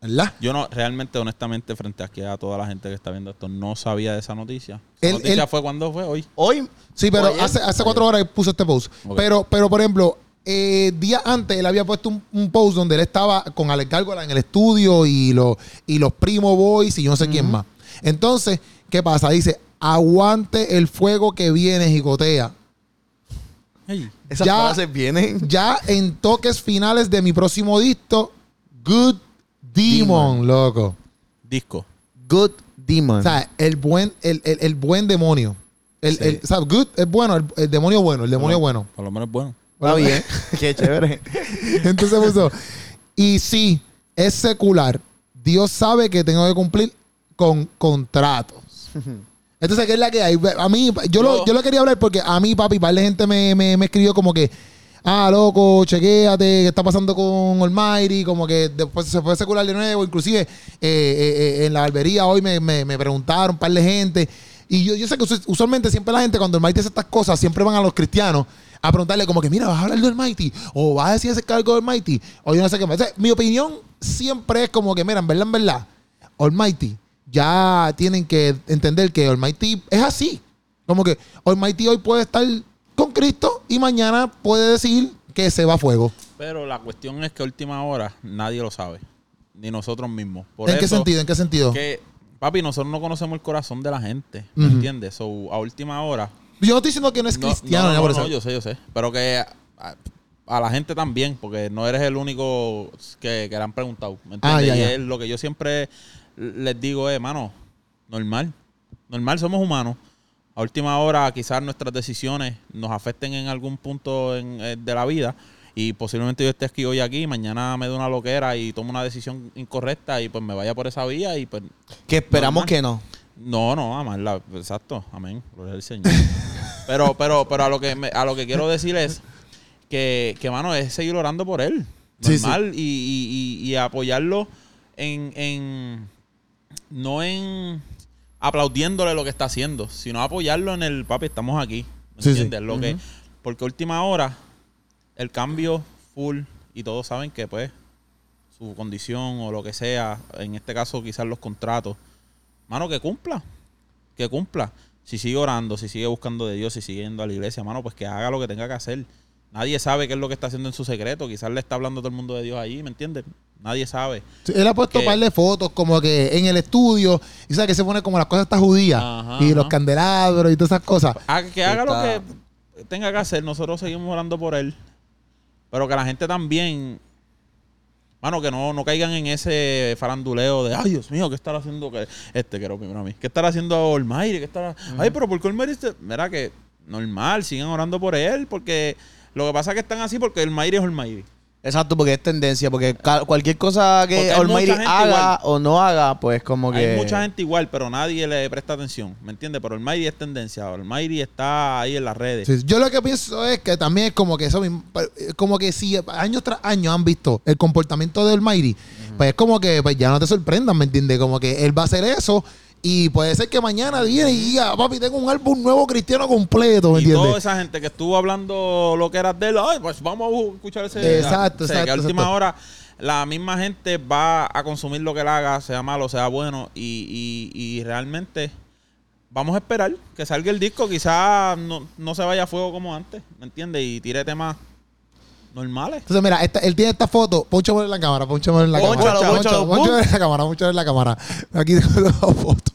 Speaker 3: ¿Verdad?
Speaker 1: Yo no, realmente, honestamente, frente aquí a toda la gente que está viendo esto, no sabía de esa noticia. La
Speaker 3: Él-
Speaker 1: noticia
Speaker 3: él-
Speaker 1: fue cuando fue hoy.
Speaker 2: Hoy.
Speaker 3: Sí, pero
Speaker 2: Oye,
Speaker 3: hace, hace cuatro horas él puso este post.
Speaker 1: Ok.
Speaker 3: Pero, pero por ejemplo, eh, días antes él había puesto un, un post donde él estaba con Alex Gárgola en el estudio y, los y los Primo Boys y yo no sé quién más. Entonces, ¿qué pasa? Dice, aguante el fuego que viene, jicotea.
Speaker 1: Ey,
Speaker 2: Esas
Speaker 3: Ya-
Speaker 2: frases vienen.
Speaker 3: Ya en toques finales de mi próximo disco, Good Demon, loco.
Speaker 1: disco.
Speaker 2: Good demon.
Speaker 3: O sea, el buen, el, el- el buen demonio. El,
Speaker 1: Sí.
Speaker 3: el- o sea, good es bueno, el, el demonio bueno, el demonio bueno.
Speaker 1: Por lo menos es bueno.
Speaker 2: Está bien. Qué chévere.
Speaker 3: Entonces puso, y sí, es secular. Dios sabe que tengo que cumplir con contratos. Entonces, ¿qué es la que hay? A mí, yo, Lo,
Speaker 1: Yo-
Speaker 3: yo lo quería hablar porque a mí, papi, par de gente me, me, me escribió como que, ah, loco, chequéate, ¿qué está pasando con Almighty? Como que después se fue secular de nuevo. Inclusive, eh, eh, eh, en la barbería hoy me, me, me preguntaron un par de gente. Y yo, yo sé que usu- usualmente siempre la gente, cuando Almighty hace estas cosas, siempre van a los cristianos a preguntarle como que, mira, vas a hablar de Almighty, o vas a decir ese cargo de Almighty, o yo no sé qué más. O sea, mi opinión siempre es como que, mira, en verdad, en verdad, Almighty, ya tienen que entender que Almighty es así. Como que Almighty hoy puede estar con Cristo y mañana puede decir que se va a fuego.
Speaker 1: Pero la cuestión es que a última hora nadie lo sabe. Ni nosotros mismos. Por
Speaker 3: ¿En qué
Speaker 1: eso
Speaker 3: sentido? ¿En qué sentido?
Speaker 1: Que, papi, nosotros no conocemos el corazón de la gente. ¿Me
Speaker 3: Ujú.
Speaker 1: entiendes? So, a última hora.
Speaker 3: Yo no estoy diciendo que no es
Speaker 1: No,
Speaker 3: cristiano,
Speaker 1: no,
Speaker 3: ni
Speaker 1: no,
Speaker 3: nada
Speaker 1: no,
Speaker 3: por eso.
Speaker 1: yo sé, yo sé. Pero que a, a la gente también, porque no eres el único que, que le han preguntado. ¿me entiendes?
Speaker 3: Ah, ya,
Speaker 1: y
Speaker 3: ya.
Speaker 1: es lo que yo siempre les digo es, hermano, normal. Normal, somos humanos. A última hora quizás nuestras decisiones nos afecten en algún punto en- eh, de la vida. Y posiblemente yo esté aquí hoy aquí, mañana me dé una loquera y tomo una decisión incorrecta y pues me vaya por esa vía y pues
Speaker 2: Que esperamos
Speaker 1: Normal.
Speaker 2: que no.
Speaker 1: no, no, amarla, exacto, amén, gloria al Señor. Pero, pero, pero a lo que me- a lo que quiero decir es que, que mano, es seguir orando por él.
Speaker 3: Sí, sí.
Speaker 1: Normal, y- Y, y- y apoyarlo en, en- no en aplaudiéndole lo que está haciendo, sino apoyarlo en el papi, estamos aquí. ¿me
Speaker 3: Sí, sí.
Speaker 1: ¿Entiendes? Lo que, porque a última hora, el cambio full, y todos saben que pues su condición o lo que sea, en este caso quizás los contratos, mano, que cumpla, que cumpla. Si sigue orando, si sigue buscando de Dios, si sigue yendo a la iglesia, mano, pues que haga lo que tenga que hacer. Nadie sabe qué es lo que está haciendo en su secreto. Quizás le está hablando todo el mundo de Dios allí, ¿me entiendes? Nadie sabe.
Speaker 3: Sí, Él ha puesto
Speaker 1: que-
Speaker 3: un par de fotos como que en el estudio. Y sabe que se pone como las cosas estas judías.
Speaker 1: Ajá,
Speaker 3: y
Speaker 1: ajá.
Speaker 3: los candelabros y todas esas cosas.
Speaker 1: Ah, que haga lo
Speaker 2: Está-
Speaker 1: que tenga que hacer. Nosotros seguimos orando por él. Pero que la gente también. Mano, que no, no caigan en ese faranduleo de, ay, Dios mío, ¿qué estará haciendo que este que era primero a mí? ¿Qué estará haciendo Olmairi? ¿Qué estará? Ay, pero ¿por qué Olmairi? este-?" Mira que normal, sigan orando por él, porque lo que pasa es que están así porque Olmairi es Olmairi.
Speaker 2: Exacto, porque es tendencia, porque ca- cualquier cosa
Speaker 1: Porque
Speaker 2: que
Speaker 1: hay
Speaker 2: Almighty
Speaker 1: mucha gente
Speaker 2: haga o no haga, pues como que...
Speaker 1: Hay mucha gente igual, pero nadie le presta atención, ¿me entiendes? Pero Olmairi es tendencia, Olmairi está ahí en las redes.
Speaker 3: Sí, yo lo que pienso es que también es como que eso mismo, eh, como que si años tras años han visto el comportamiento de Almighty, pues es como que pues ya no te sorprendan, ¿me entiendes? Como que él va a hacer eso y puede ser que mañana viene y diga, papi, tengo un álbum nuevo cristiano completo, ¿me
Speaker 1: Y toda
Speaker 3: entiendes?
Speaker 1: esa gente que estuvo hablando lo que era de él, ay, pues vamos a bu- escuchar ese.
Speaker 3: Exacto,
Speaker 1: o sea, Que a
Speaker 3: exacto,
Speaker 1: última
Speaker 3: exacto.
Speaker 1: hora la misma gente va a consumir lo que él haga, sea malo, sea bueno, y, y- y realmente vamos a esperar que salga el disco. Quizás no, no se vaya a fuego como antes, ¿me entiendes? Y tire temas normales.
Speaker 3: Entonces, mira, esta- él tiene esta foto. Poncho en la cámara, poncho en la
Speaker 2: Pónchalo,
Speaker 3: cámara.
Speaker 2: pónchalo,
Speaker 3: poncho en la cámara, poncho en la cámara. Aquí tengo la foto.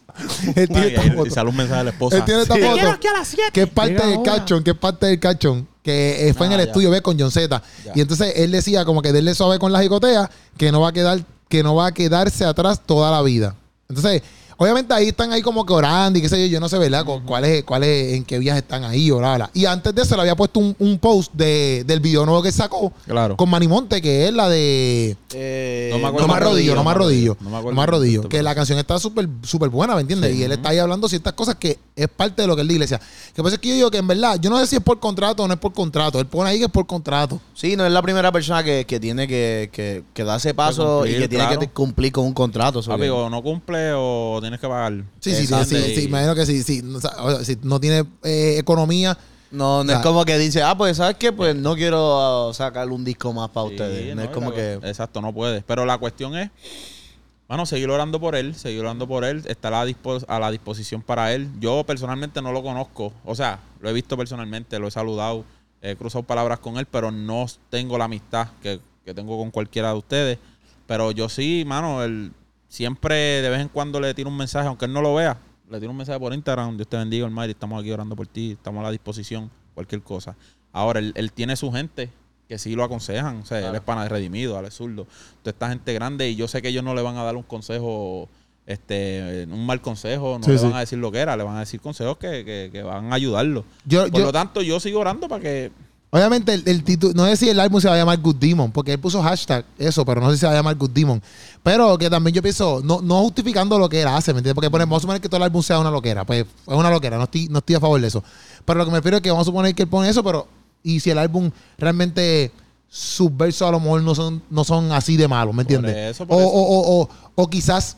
Speaker 3: Él tiene esta
Speaker 1: Y, y
Speaker 3: foto.
Speaker 1: sale un mensaje de la esposa.
Speaker 3: Él tiene esta
Speaker 2: Sí.
Speaker 3: foto.
Speaker 2: Quiero
Speaker 3: Que es parte
Speaker 2: Llega
Speaker 3: del
Speaker 2: ahora.
Speaker 3: cachón, que es parte del cachón. Que eh, fue en
Speaker 1: Ah,
Speaker 3: el
Speaker 1: ya.
Speaker 3: estudio B con John Z.
Speaker 1: Ya.
Speaker 3: Y entonces él decía como que denle suave con las jicoteas, que no va a quedar, que no va a quedarse atrás toda la vida. Entonces, obviamente ahí están ahí como que orando y qué sé yo, yo no sé, ¿verdad? Cu- ¿Cuál es, cuál es- en qué vías están ahí, orala. Y antes de eso le había puesto un, un post de, del video nuevo que sacó
Speaker 1: Claro.
Speaker 3: con Manimonte, que es la de
Speaker 2: Eh,
Speaker 1: No me
Speaker 3: no
Speaker 1: acuerdo.
Speaker 3: más rodillo, no más rodillo.
Speaker 1: No me
Speaker 3: No
Speaker 1: acuerdo
Speaker 3: más
Speaker 1: el
Speaker 3: rodillo.
Speaker 1: concepto,
Speaker 3: Que
Speaker 1: pero-
Speaker 3: la canción está súper súper buena, ¿me entiendes? Y él está ahí hablando ciertas cosas que es parte de lo que es la iglesia. Que por eso es que yo digo que en verdad, yo no sé si es por contrato o no es por contrato. Él pone ahí que es por contrato.
Speaker 2: Sí, no es la primera persona que, que tiene que, que, que dar ese paso
Speaker 1: Pues cumplir,
Speaker 2: y que tiene
Speaker 1: claro.
Speaker 2: que te- cumplir con un contrato. so
Speaker 1: Papi,
Speaker 2: que-
Speaker 1: o no cumple o tienes que pagar.
Speaker 3: Sí, sí, sí, sí,
Speaker 1: Exacto.
Speaker 3: sí, Imagino que sí, sí. O sea, o sea, si no tiene eh, economía.
Speaker 2: no, no
Speaker 3: sea,
Speaker 2: es como que dice, ah, pues, ¿sabes qué? Pues no quiero ah, sacar un disco más para
Speaker 1: Sí,
Speaker 2: ustedes. No, es
Speaker 1: no,
Speaker 2: como
Speaker 1: la-
Speaker 2: que...
Speaker 1: Exacto, no puedes. Pero la cuestión es, bueno, seguir orando por él, seguir orando por él, estar a, dispo- a la disposición para él. Yo personalmente no lo conozco, o sea, lo he visto personalmente, lo he saludado, he cruzado palabras con él, pero no tengo la amistad que, que tengo con cualquiera de ustedes. Pero yo sí, mano, él siempre de vez en cuando le tiro un mensaje, aunque él no lo vea, le tiro un mensaje por Instagram, Dios te bendiga, hermano, estamos aquí orando por ti, estamos a la disposición, cualquier cosa. Ahora, él, él tiene su gente que sí lo aconsejan, o sea, él es pana de redimido, Alex Zurdo, toda esta gente grande y yo sé que ellos no le van a dar un consejo, este, un mal consejo, no
Speaker 3: Sí,
Speaker 1: le
Speaker 3: sí.
Speaker 1: van a decir lo que era, le van a decir consejos que, que- que van a ayudarlo.
Speaker 3: Yo,
Speaker 1: Por
Speaker 3: yo-
Speaker 1: lo tanto, yo sigo orando para que...
Speaker 3: obviamente, el, el título, no sé si el álbum se va a llamar Good Demon, porque él puso hashtag eso, pero no sé si se va a llamar Good Demon. Pero que también yo pienso, no, no justificando lo que él hace, ¿me entiendes? Porque ponemos, vamos a suponer que todo el álbum sea una loquera. Pues es una loquera, no estoy, no estoy a favor de eso. Pero lo que me refiero es que vamos a suponer que él pone eso, pero y si el álbum realmente sus versos a lo mejor no son, no son así de malos, ¿me entiendes?
Speaker 1: eso, por
Speaker 3: o,
Speaker 1: eso.
Speaker 3: o- o- o- o quizás.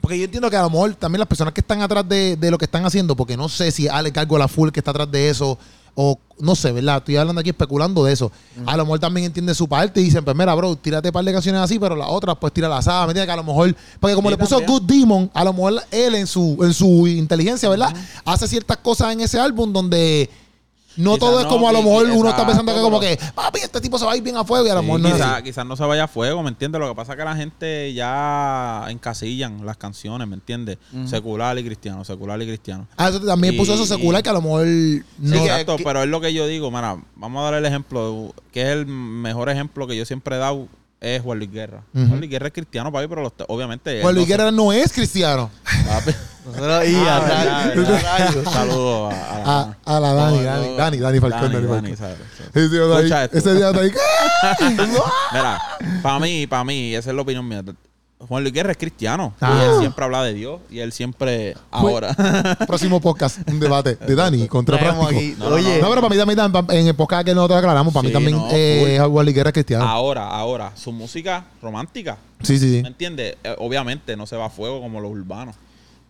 Speaker 3: Porque yo entiendo que a lo mejor también las personas que están atrás de, de lo que están haciendo, porque no sé si Ale Cargo la full que está atrás de eso, o no sé, ¿verdad? Estoy hablando aquí especulando de eso. A lo mejor también entiende su parte y dicen, pues mira, bro, tírate un par de canciones así, pero las otras, pues tira la asada, ¿me entiendes? Que a lo mejor, porque como
Speaker 1: Sí,
Speaker 3: le puso
Speaker 1: también.
Speaker 3: Good Demon, a lo mejor él en su, en su inteligencia, ¿verdad? Hace ciertas cosas en ese álbum donde No
Speaker 4: Quizás
Speaker 3: todo es
Speaker 4: no,
Speaker 3: como a lo
Speaker 4: qui-
Speaker 3: mejor
Speaker 4: qui-
Speaker 3: uno está pensando que
Speaker 4: exacto,
Speaker 3: como
Speaker 4: pero-
Speaker 3: que, papi, este tipo se va a ir bien a fuego y a lo mejor no es
Speaker 1: Quizás
Speaker 3: así.
Speaker 1: no se vaya a fuego, ¿me entiendes? Lo que pasa es que la gente ya encasillan las canciones, ¿me entiendes? Secular y cristiano, secular y cristiano.
Speaker 3: Ah, eso también puso eso
Speaker 1: Y-
Speaker 3: secular que a lo mejor no.
Speaker 2: que-
Speaker 1: Exacto,
Speaker 2: que-
Speaker 1: pero es lo que yo digo, mira, vamos a dar el ejemplo, que es el mejor ejemplo que yo siempre he dado, es Juan Luis Guerra. Juan Luis Guerra es cristiano, papi, pero los te- obviamente...
Speaker 2: Eh,
Speaker 1: él
Speaker 3: Juan Luis
Speaker 1: no se-
Speaker 3: Guerra no es cristiano.
Speaker 1: papi.
Speaker 2: Nosotros ahí
Speaker 1: Ah,
Speaker 2: atrás.
Speaker 1: verdad, verdad. Saludos a, a-
Speaker 3: A, a la Ah, Dani, Dani, Dani, Dani Falcón, Dani, Falcón.
Speaker 1: ¿sabes?
Speaker 3: Ese día está ahí-
Speaker 1: Escucha esto.
Speaker 3: ese día está ahí,
Speaker 1: Mira, para mí, para mí, esa es la opinión mía. Juan Luis Guerra es cristiano.
Speaker 3: Ah. Pues,
Speaker 1: Y él siempre habla de Dios. Y él siempre, ahora.
Speaker 3: ¡ah! Próximo podcast, un debate de Dani contra
Speaker 2: Traemos
Speaker 3: práctico.
Speaker 2: aquí.
Speaker 1: No, no,
Speaker 2: Oye,
Speaker 3: No, pero para mí también, tam- en el podcast que nosotros aclaramos, para mí
Speaker 1: Sí,
Speaker 3: también
Speaker 1: no,
Speaker 3: eh, Juan Luis Guerra es cristiano.
Speaker 2: Ah,
Speaker 1: ahora, ahora. Su música romántica.
Speaker 3: Sí, sí,
Speaker 1: ¿Me
Speaker 3: sí.
Speaker 1: entiendes? Eh, obviamente no se va a fuego como los urbanos.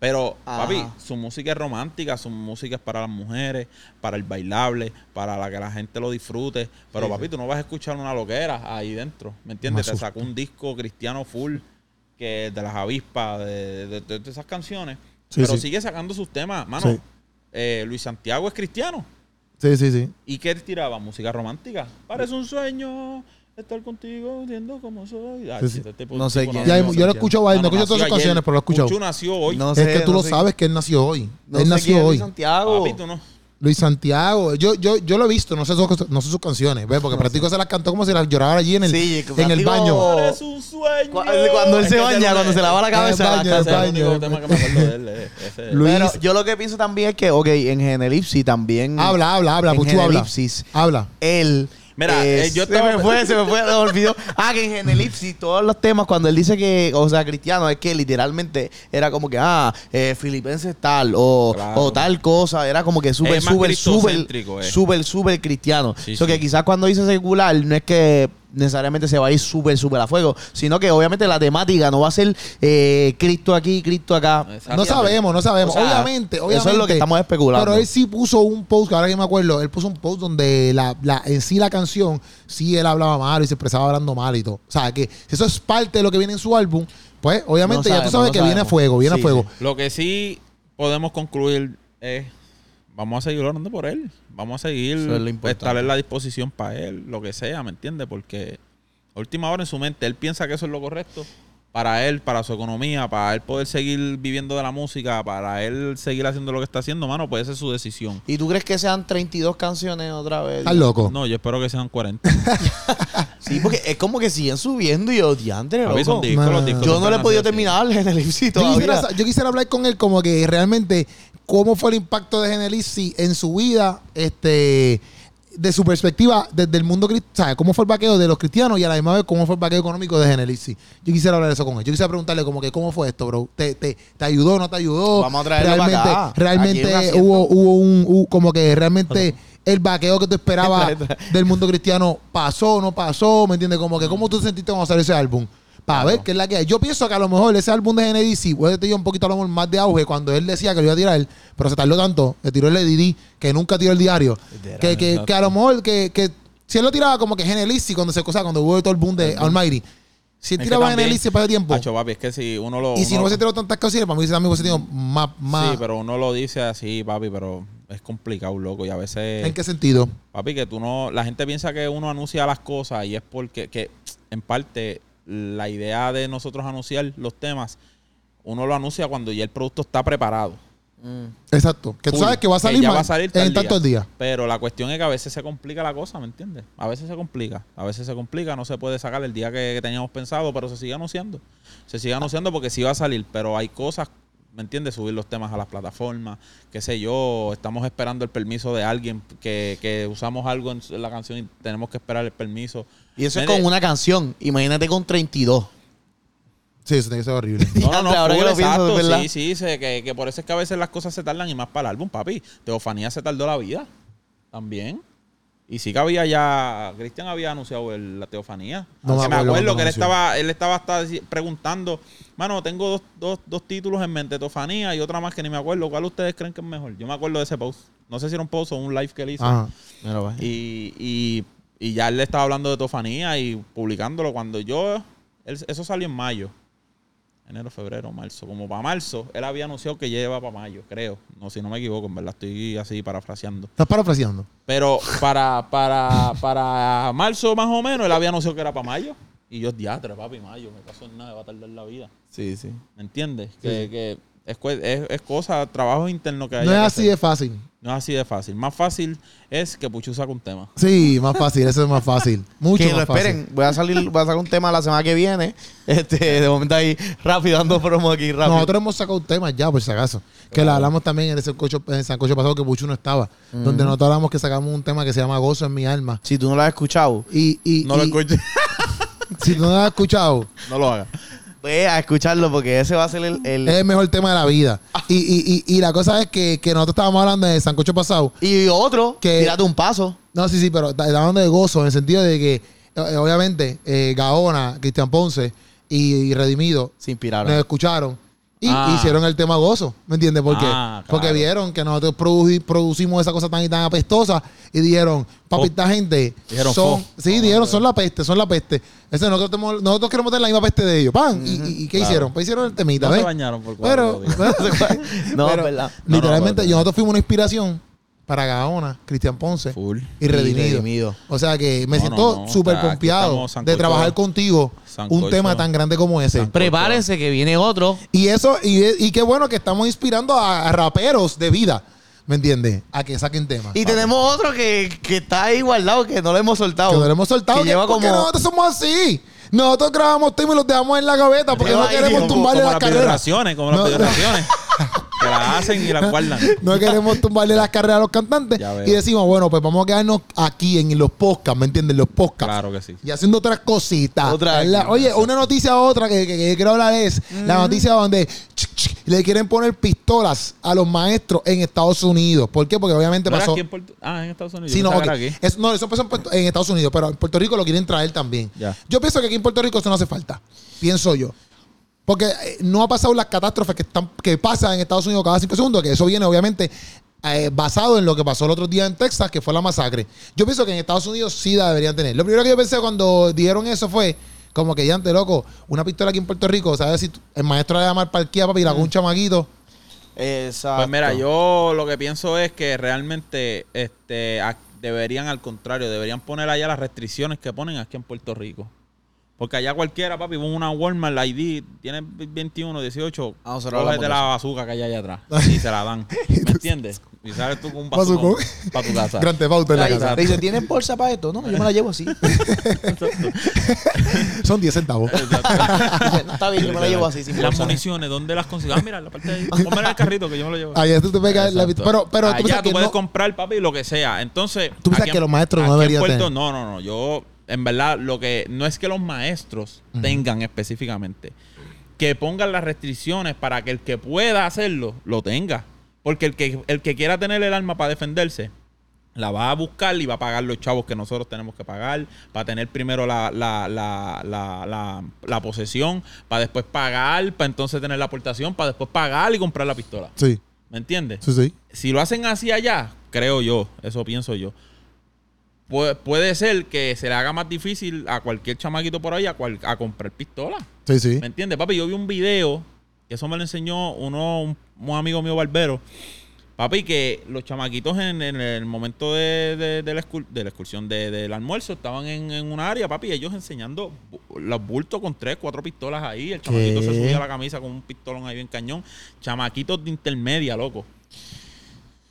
Speaker 1: Pero,
Speaker 2: Ajá.
Speaker 1: papi, su música es romántica, su música es para las mujeres, para el bailable, para la que la gente lo disfrute. Pero, papi, tú no vas a escuchar una loquera ahí dentro. ¿Me entiendes?
Speaker 3: Me
Speaker 1: Te sacó un disco cristiano full que de las avispas, de, de- de- de esas canciones.
Speaker 3: Sí,
Speaker 1: pero
Speaker 3: sí.
Speaker 1: sigue sacando sus temas. Mano,
Speaker 3: Sí.
Speaker 1: eh, Luis Santiago es cristiano.
Speaker 3: Sí, sí, sí.
Speaker 1: ¿Y qué tiraba? Música romántica. Parece un sueño estar contigo, viendo cómo soy. Ay,
Speaker 3: Sí, sí.
Speaker 1: este tipo-
Speaker 2: No sé
Speaker 1: tipo
Speaker 2: quién.
Speaker 1: nació
Speaker 3: Ya,
Speaker 2: no
Speaker 3: yo
Speaker 2: sé
Speaker 3: lo
Speaker 2: quién.
Speaker 3: escucho a él, no escucho todas sus canciones, pero lo he escuchado.
Speaker 1: Cuchu nació hoy.
Speaker 2: no
Speaker 3: es
Speaker 2: sé,
Speaker 3: que tú
Speaker 2: no
Speaker 3: lo
Speaker 2: sé-
Speaker 3: sabes que él nació hoy.
Speaker 2: no
Speaker 3: él
Speaker 2: sé quién
Speaker 3: nació
Speaker 2: es
Speaker 3: hoy.
Speaker 2: Luis Santiago.
Speaker 1: Papi, tú no.
Speaker 3: Luis Santiago. Yo, yo, yo lo he visto, no sé, sus, no sé sus canciones, ¿ves? Porque Práctico se las cantó como si las lloraba allí en el,
Speaker 2: Sí,
Speaker 3: en
Speaker 2: Práctico-
Speaker 3: el baño.
Speaker 2: Oh.
Speaker 1: Eres un sueño.
Speaker 2: Cu- Cuando él
Speaker 1: Es
Speaker 2: se
Speaker 1: que ese
Speaker 2: baña,
Speaker 1: es
Speaker 2: cuando se lava la
Speaker 3: en el
Speaker 2: cabeza.
Speaker 3: baño,
Speaker 2: la
Speaker 3: en
Speaker 1: Ese
Speaker 3: el
Speaker 1: es
Speaker 2: casa.
Speaker 1: el único
Speaker 3: baño.
Speaker 1: tema que me acuerdo de él. eh, ese.
Speaker 3: Luis-
Speaker 2: Pero yo lo que pienso también es que, ok, en Genelipsis también.
Speaker 3: Habla, habla, habla,
Speaker 2: En
Speaker 3: Puchu, habla.
Speaker 2: Genelipsis.
Speaker 3: Habla.
Speaker 2: Él.
Speaker 1: Mira, eh, yo
Speaker 2: Se
Speaker 1: estaba-
Speaker 2: me fue, se me fue, me olvidó. Ah, que en Genelipsis, todos los temas, cuando él dice que, o sea, cristiano, es que literalmente era como que, ah, eh, filipenses tal, o,
Speaker 1: Claro.
Speaker 2: o tal cosa. Era como que súper,
Speaker 1: Es más
Speaker 2: súper, súper,
Speaker 1: cristocéntrico, eh.
Speaker 2: súper, súper cristiano.
Speaker 1: Sí,
Speaker 2: so que
Speaker 1: sí.
Speaker 2: quizás cuando dice secular, no es que necesariamente se va a ir súper, súper a fuego, sino que obviamente la temática no va a ser eh, Cristo aquí, Cristo acá.
Speaker 1: Exacto.
Speaker 3: No sabemos, no sabemos.
Speaker 2: O sea,
Speaker 3: obviamente,
Speaker 2: eso
Speaker 3: obviamente.
Speaker 2: es lo que estamos especulando.
Speaker 3: Pero él sí puso un post, que ahora que me acuerdo, él puso un post donde la, la- en sí la canción, sí él hablaba mal y se expresaba hablando mal y todo. O sea, que si eso es parte de lo que viene en su álbum, pues obviamente
Speaker 2: No
Speaker 3: ya tú
Speaker 2: sabemos,
Speaker 3: sabes
Speaker 2: no
Speaker 3: que viene a
Speaker 2: sabemos.
Speaker 3: fuego, viene
Speaker 2: Sí,
Speaker 3: a fuego.
Speaker 1: Lo que sí podemos concluir es. Vamos a seguir orando por él. Vamos a seguir.
Speaker 2: Eso es lo importante.
Speaker 1: estar en la disposición para él, lo que sea, ¿me entiendes? Porque a última hora en su mente, él piensa que eso es lo correcto para él, para su economía, para él poder seguir viviendo de la música, para él seguir haciendo lo que está haciendo, mano, pues esa es su decisión.
Speaker 2: ¿Y tú crees que sean 32 canciones otra vez?
Speaker 3: Estás loco.
Speaker 1: No, yo espero que sean 40.
Speaker 2: Sí, porque es como que siguen subiendo y yo, diantre,
Speaker 1: Papi, son
Speaker 2: loco.
Speaker 1: discos,
Speaker 3: No,
Speaker 1: los
Speaker 3: no,
Speaker 1: discos
Speaker 2: Yo no
Speaker 1: siempre
Speaker 2: le he
Speaker 1: han
Speaker 2: podido
Speaker 1: sido así.
Speaker 2: terminar el elipsis
Speaker 3: Yo quisiera,
Speaker 2: todavía.
Speaker 3: sa- yo quisiera hablar con él como que realmente cómo fue el impacto de Genelisi en su vida, este, de su perspectiva desde el mundo cristiano, cómo fue el vaqueo de los cristianos y a la misma vez cómo fue el vaqueo económico de Genelisi. Yo quisiera hablar eso con él. Yo quisiera preguntarle como que cómo fue esto, bro. ¿Te, te, te ayudó, no te ayudó?
Speaker 2: Vamos a traerlo
Speaker 3: realmente,
Speaker 2: para acá. Aquí hay un
Speaker 3: Realmente
Speaker 2: asiento.
Speaker 3: hubo, hubo un, hubo como que realmente el vaqueo que tú esperabas
Speaker 2: Entra, entra.
Speaker 3: del mundo cristiano pasó, no pasó, ¿me entiendes? Como que cómo tú te sentiste cuando salió ese álbum. Para ver qué es la que hay. Yo pienso que a lo mejor ese álbum de NDC puede tener un poquito a lo mejor más de auge cuando él decía que lo iba a tirar, pero se tardó tanto, que tiró el DD, que nunca tiró el diario. Que, que, que a lo mejor que, que si él lo tiraba como que Genelisi cuando se cosa, cuando hubo todo el boom de Almighty. Si él
Speaker 1: Es que
Speaker 3: tiraba
Speaker 1: también,
Speaker 3: Genelisi para el tiempo,
Speaker 1: Acho, papi, es que si uno lo.
Speaker 3: y si
Speaker 1: uno-
Speaker 3: no hubiese tirado tantas canciones, para mí también hubiese tenido más, más
Speaker 1: Sí, pero uno lo dice así, papi, pero es complicado, loco. Y a veces.
Speaker 3: ¿en qué sentido?
Speaker 1: Papi, que tú no. La gente piensa que uno anuncia las cosas y es porque, que en parte, la idea de nosotros anunciar los temas, uno lo anuncia cuando ya el producto está preparado.
Speaker 3: Exacto. Que tú
Speaker 1: Full, Eh,
Speaker 3: sabes que va a salir,
Speaker 1: ya
Speaker 3: más
Speaker 1: va a salir tal
Speaker 3: en tanto el día.
Speaker 1: Pero la cuestión es que a veces se complica la cosa, ¿me entiendes? A veces se complica, a veces se complica, no se puede sacar el día que, que teníamos pensado, pero se sigue anunciando. Se sigue anunciando porque sí va a salir, pero hay cosas, ¿me entiendes? Subir los temas a las plataformas, qué sé yo, estamos esperando el permiso de alguien que, que usamos algo en la canción y tenemos que esperar el permiso.
Speaker 2: Y eso es
Speaker 1: Nene,
Speaker 2: con una canción. Imagínate con 32.
Speaker 3: Sí, eso tiene que ser horrible.
Speaker 1: No, no, no,
Speaker 2: Ahora que
Speaker 1: full,
Speaker 2: lo pienso,
Speaker 1: exacto,
Speaker 2: ¿verdad?
Speaker 1: Sí, sí, sé que, que por eso es que a veces las cosas se tardan y más para el álbum, papi. Teofanía se tardó la vida también. Y sí que había ya, Cristian había anunciado el- la teofanía.
Speaker 3: No me
Speaker 1: Que me
Speaker 3: acuerdo
Speaker 1: acuerdo
Speaker 3: cuando
Speaker 1: que él
Speaker 3: anunció.
Speaker 1: estaba, él estaba hasta deci- preguntando, mano, tengo dos, dos, dos títulos en mente, teofanía y otra más que ni me acuerdo. ¿Cuál ustedes creen que es mejor? Yo me acuerdo de ese post. No sé si era un post o un live que él hizo.
Speaker 3: Ajá. pues.
Speaker 1: Y, y, y ya él le estaba hablando de Tofanía y publicándolo cuando yo. él- eso salió en mayo. Enero, febrero, marzo. Como para marzo, él había anunciado que lleva para mayo, creo. No, si no me equivoco, en verdad estoy así parafraseando.
Speaker 3: Estás parafraseando.
Speaker 1: Pero para, para, para marzo más o menos, él había anunciado que era para mayo. Y yo, diatre, papi, mayo, me caso en nada, va a tardar la vida.
Speaker 2: Sí, sí.
Speaker 1: ¿Me entiendes? Que, que es, cue- es, es cosa, trabajo interno que hay.
Speaker 3: No es así de fácil.
Speaker 1: No es así de fácil. Más fácil es que Puchu saca un tema.
Speaker 3: Sí, más fácil, eso es más fácil. Mucho
Speaker 2: que lo
Speaker 3: más fácil.
Speaker 2: esperen. Voy a salir, voy a sacar un tema la semana que viene. Este, de momento ahí, rápido, dando promo aquí, rápido.
Speaker 3: Nosotros hemos sacado temas ya, por si acaso. Que la hablamos también en el Sancocho, en el Sancocho pasado que Puchu no estaba.
Speaker 1: Mm.
Speaker 3: Donde nosotros hablamos que sacamos un tema que se llama Gozo en mi alma.
Speaker 2: Si tú no lo has escuchado,
Speaker 3: Y, y,
Speaker 1: No lo
Speaker 3: y-
Speaker 1: escuché.
Speaker 3: si tú no lo has escuchado,
Speaker 1: no lo haga.
Speaker 2: ve a escucharlo porque ese va a ser el... el-
Speaker 3: es el mejor tema de la vida. Y, y, y, y la cosa es que, que nosotros estábamos hablando en el Sancocho pasado.
Speaker 2: Y otro,
Speaker 3: Que-
Speaker 2: tírate un paso.
Speaker 3: No, sí, sí, pero está- está hablando de gozo en el sentido de que, eh, obviamente, eh, Gaona, Cristian Ponce y, y Redimido
Speaker 2: Se inspiraron.
Speaker 3: nos escucharon y
Speaker 1: Ah.
Speaker 3: hicieron el tema gozo. ¿Me entiendes? Porque,
Speaker 1: Ah, claro.
Speaker 3: porque vieron que nosotros produ- producimos esa cosa tan y tan apestosa y dijeron, papi,
Speaker 1: Fo.
Speaker 3: esta gente
Speaker 1: Oh. Dijeron,
Speaker 3: son.
Speaker 1: fo. Ah,
Speaker 3: Sí, dijeron, son la peste, son la peste. Ese, nosotros, tenemos- nosotros queremos tener la misma peste de ellos. ¡Pam! ¿Y- y, y qué hicieron? Pues hicieron el temita,
Speaker 1: No se
Speaker 3: ¿ves?
Speaker 1: bañaron por
Speaker 3: Pero,
Speaker 1: cuatro días.
Speaker 2: no,
Speaker 3: pero
Speaker 2: es verdad.
Speaker 1: No, no,
Speaker 3: literalmente,
Speaker 1: pero-
Speaker 3: yo- nosotros fuimos una inspiración para Gaona, Cristian Ponce
Speaker 1: Full.
Speaker 3: y redimido.
Speaker 2: Y redimido.
Speaker 3: O sea que me
Speaker 1: No,
Speaker 3: siento
Speaker 1: no, no.
Speaker 3: súper
Speaker 1: Aquí
Speaker 3: confiado
Speaker 1: estamos, sancocho.
Speaker 3: de trabajar contigo un
Speaker 1: Sancocho.
Speaker 3: tema tan grande como ese.
Speaker 1: San-
Speaker 4: Prepárense que viene otro.
Speaker 3: Y eso, y, y qué bueno que estamos inspirando a, a raperos de vida, ¿me entiendes? A que saquen temas.
Speaker 2: Y
Speaker 3: Papi.
Speaker 2: tenemos otro que, que está ahí guardado, que no lo hemos soltado.
Speaker 3: que nos lo hemos soltado.
Speaker 2: Que
Speaker 3: que-
Speaker 2: lleva
Speaker 3: porque
Speaker 2: como-
Speaker 3: nosotros somos así. Nosotros grabamos temas y los dejamos en la gaveta porque
Speaker 2: Lleva
Speaker 3: no
Speaker 2: ahí
Speaker 3: queremos
Speaker 2: como-
Speaker 3: tumbarle
Speaker 1: como
Speaker 3: las
Speaker 1: las
Speaker 3: carreras.
Speaker 1: vibraciones, como
Speaker 3: No.
Speaker 1: las vibraciones. que la hacen y la guardan.
Speaker 3: No queremos tumbarle las carreras a los cantantes.
Speaker 1: Ya veo.
Speaker 3: Y decimos, bueno, pues vamos a quedarnos aquí en los podcasts, ¿me entiendes? Los podcasts.
Speaker 1: Claro que sí.
Speaker 3: Y haciendo otras cositas.
Speaker 2: Otra-
Speaker 3: ¿verdad? Oye, una noticia a otra que, que- que quiero hablar es la noticia donde ch- ch- le quieren poner pistolas a los maestros en Estados Unidos. ¿Por qué? Porque obviamente
Speaker 1: ¿No era
Speaker 3: pasó.
Speaker 1: aquí en Puerto- Ah, en Estados Unidos.
Speaker 3: Sí,
Speaker 1: Yo
Speaker 3: no,
Speaker 1: pensaba que
Speaker 3: ok.
Speaker 1: era aquí.
Speaker 3: Es- no, eso empezó en, Puerto- en Estados Unidos, pero en Puerto Rico lo quieren traer también.
Speaker 1: Ya.
Speaker 3: Yo pienso que aquí en Puerto Rico eso no hace falta, pienso yo. Porque eh, no ha pasado las catástrofes que, están, que pasan en Estados Unidos cada cinco segundos, que eso viene obviamente eh, basado en lo que pasó el otro día en Texas, que fue la masacre. Yo pienso que en Estados Unidos sí la deberían tener. Lo primero que yo pensé cuando dijeron eso fue, como que ya ante loco, una pistola aquí en Puerto Rico, ¿sabes? Si tú- el maestro le va a llamar parquía, papi, y la con un chamaquito.
Speaker 2: Exacto.
Speaker 1: Pues mira, yo lo que pienso es que realmente este, a- deberían, al contrario, deberían poner allá las restricciones que ponen aquí en Puerto Rico. Porque allá cualquiera, papi, pon una Walmart, la ID, tiene 21, 18,
Speaker 2: Ah, nosotros hablamos
Speaker 1: cógete
Speaker 2: de
Speaker 1: la
Speaker 2: eso.
Speaker 1: bazooka que hay allá atrás y se la dan. ¿Me entiendes? Y sales tú con un
Speaker 3: Bazucón.
Speaker 1: bazucón para tu casa.
Speaker 3: Grande pauta en la
Speaker 2: Ahí
Speaker 3: casa.
Speaker 2: está. Te dice, ¿tienes bolsa para esto? No, yo me la llevo así.
Speaker 3: Son 10 centavos.
Speaker 2: Dice, "No, está bien, yo me la llevo así. Sin
Speaker 1: las
Speaker 2: bolsa".
Speaker 1: municiones, ¿dónde las consigues? Ah, mira, la parte de ahí. Ponme en el carrito que yo me lo llevo.
Speaker 3: Allá tú te pegas la
Speaker 1: Exacto.
Speaker 3: Pero, pero
Speaker 1: Allá tú,
Speaker 3: piensas que
Speaker 1: puedes
Speaker 3: no-
Speaker 1: comprar, papi, lo que sea. Entonces,
Speaker 3: ¿Tú piensas
Speaker 1: aquí
Speaker 3: que los maestros no
Speaker 1: aquí en
Speaker 3: deberían
Speaker 1: Puerto-
Speaker 3: tener?
Speaker 1: No, no, no. Yo, en verdad, lo que no es que los maestros tengan específicamente que pongan las restricciones para que el que pueda hacerlo lo tenga, porque el que el que quiera tener el arma para defenderse la va a buscar y va a pagar los chavos que nosotros tenemos que pagar para tener primero la, la, la, la, la- la posesión, para después pagar, para entonces tener la aportación, para después pagar y comprar la pistola.
Speaker 3: Sí,
Speaker 1: ¿Me entiendes?
Speaker 3: sí, sí.
Speaker 1: si lo hacen así allá, creo yo, eso pienso yo. pu- puede ser que se le haga más difícil a cualquier chamaquito por ahí a, cual- a comprar pistola.
Speaker 3: Sí, sí.
Speaker 1: ¿Me entiendes, papi? Yo vi un video, que eso me lo enseñó uno, un, un amigo mío barbero. Papi, que los chamaquitos en, en el momento de, de- de la, excur- de la excursión de- del almuerzo estaban en, en una área, papi, y ellos enseñando bu- los bultos con tres, cuatro pistolas ahí. El chamaquito se subía la camisa con un pistolón ahí bien cañón. Chamaquitos de intermedia, loco.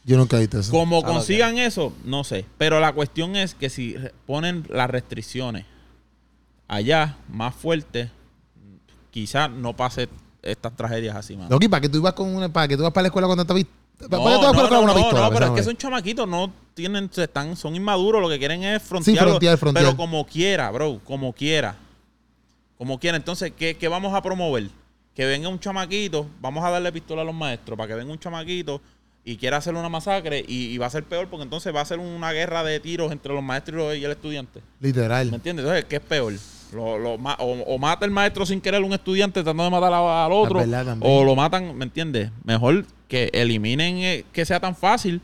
Speaker 3: Yo nunca he visto eso.
Speaker 1: Como
Speaker 2: Claro,
Speaker 1: consigan eso, no sé. Pero la cuestión es que si re- ponen las restricciones allá más fuertes, quizás no pase estas tragedias así, mano.
Speaker 3: Loki, ¿para que tú ibas con una, para que tú vas para la escuela cuando estás vi- ¿Para
Speaker 1: No,
Speaker 3: qué tú vas para la escuela con una
Speaker 1: no,
Speaker 3: pistola?
Speaker 1: no, pero es que
Speaker 3: Pensaba,
Speaker 1: son chamaquitos, no tienen, se están, son inmaduros, lo que quieren es frontear.
Speaker 3: Sí, frontear, frontear.
Speaker 1: Pero como quiera, bro, como quiera. Como quiera. Entonces, ¿qué, qué vamos a promover? Que venga un chamaquito, vamos a darle pistola a los maestros, para que venga un chamaquito y quiera hacer una masacre y, y va a ser peor, porque entonces va a ser una guerra de tiros entre los maestros y el estudiante. ¿Me
Speaker 3: Literal.
Speaker 1: entiendes? Entonces, ¿qué es peor? Lo- lo ma- o, o mata el maestro sin querer un estudiante tratando de matar a- al otro.
Speaker 3: Es verdad también.
Speaker 1: O lo matan, ¿me entiendes? Mejor que eliminen eh, que sea tan fácil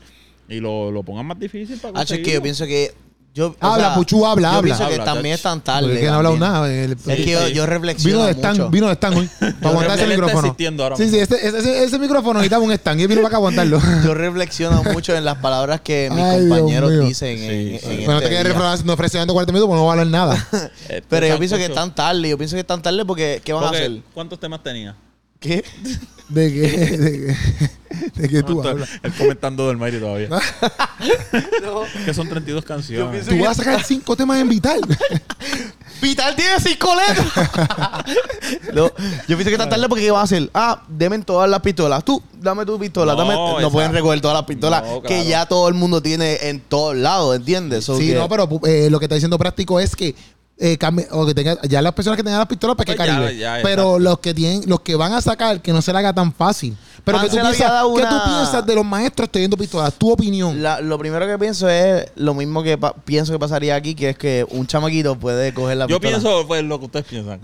Speaker 1: y lo, lo pongan más difícil para
Speaker 2: Hacho, Ah, es
Speaker 1: conseguirlo.
Speaker 2: que yo pienso que Yo, o
Speaker 3: Habla,
Speaker 2: sea,
Speaker 3: Puchu, habla,
Speaker 2: yo
Speaker 3: habla.
Speaker 2: pienso que
Speaker 1: Habla,
Speaker 2: también
Speaker 1: Dutch.
Speaker 2: es tan tarde.
Speaker 3: Porque es que no ha hablado
Speaker 2: también.
Speaker 3: nada. eh, el-
Speaker 2: Es que yo, yo reflexiono
Speaker 3: Vino de
Speaker 2: mucho.
Speaker 3: stand, vino de stand hoy. Para aguantar
Speaker 1: Él
Speaker 3: ese
Speaker 1: está
Speaker 3: micrófono.
Speaker 1: existiendo ahora
Speaker 3: Sí, sí,
Speaker 1: mismo.
Speaker 3: ese, ese, ese micrófono necesitaba un stand. Y él vino para acá a aguantarlo.
Speaker 2: Yo reflexiono mucho en las palabras que mis
Speaker 3: Ay, Dios
Speaker 2: compañeros
Speaker 3: mío.
Speaker 2: dicen
Speaker 1: Sí,
Speaker 2: en,
Speaker 1: sí.
Speaker 2: en
Speaker 3: Bueno, te
Speaker 2: este
Speaker 3: quedas
Speaker 2: día.
Speaker 3: reflexionando no, reflexionando 40 minutos porque no va a hablar nada.
Speaker 1: Este
Speaker 2: Pero yo
Speaker 1: sancocho.
Speaker 2: pienso que es tan tarde. Yo pienso que es tan tarde porque ¿qué van a
Speaker 1: Porque,
Speaker 2: hacer?
Speaker 1: ¿Cuántos temas tenía?
Speaker 2: ¿Qué?
Speaker 3: ¿De qué? ¿De qué, de qué tú hablas?
Speaker 1: Él comentando del Mayri todavía. que son 32 canciones.
Speaker 2: Yo pienso-
Speaker 3: Tú vas a sacar cinco temas en vital.
Speaker 2: Vital tiene cinco letras. No, yo pienso que tan tarde porque ¿qué van a hacer? Ah, denme todas las pistolas. Tú, dame tu pistola.
Speaker 1: No,
Speaker 2: dame. No
Speaker 1: esa-
Speaker 2: pueden recoger todas las pistolas
Speaker 1: No, claro.
Speaker 2: que ya todo el mundo tiene en todos lados, ¿entiendes? So
Speaker 3: sí,
Speaker 2: que-
Speaker 3: no, pero eh, lo que está diciendo práctico es que eh, cambie- o que tenga, ya las personas que tengan las pistolas para que
Speaker 1: Pues ya,
Speaker 3: caribe.
Speaker 1: ya,
Speaker 3: pero
Speaker 1: exacto.
Speaker 3: los que tienen, los que van a sacar, que no se la haga tan fácil. Pero
Speaker 2: Man,
Speaker 3: que tú
Speaker 2: se le había
Speaker 3: piensas,
Speaker 2: dado
Speaker 3: ¿qué tú
Speaker 2: una-
Speaker 3: piensas de los maestros teniendo pistolas? Tu opinión.
Speaker 2: La- lo primero que pienso es lo mismo que pa- pienso que pasaría aquí, que es que un chamaquito puede coger la
Speaker 1: Yo
Speaker 2: pistola.
Speaker 1: pienso pues, lo que ustedes piensan.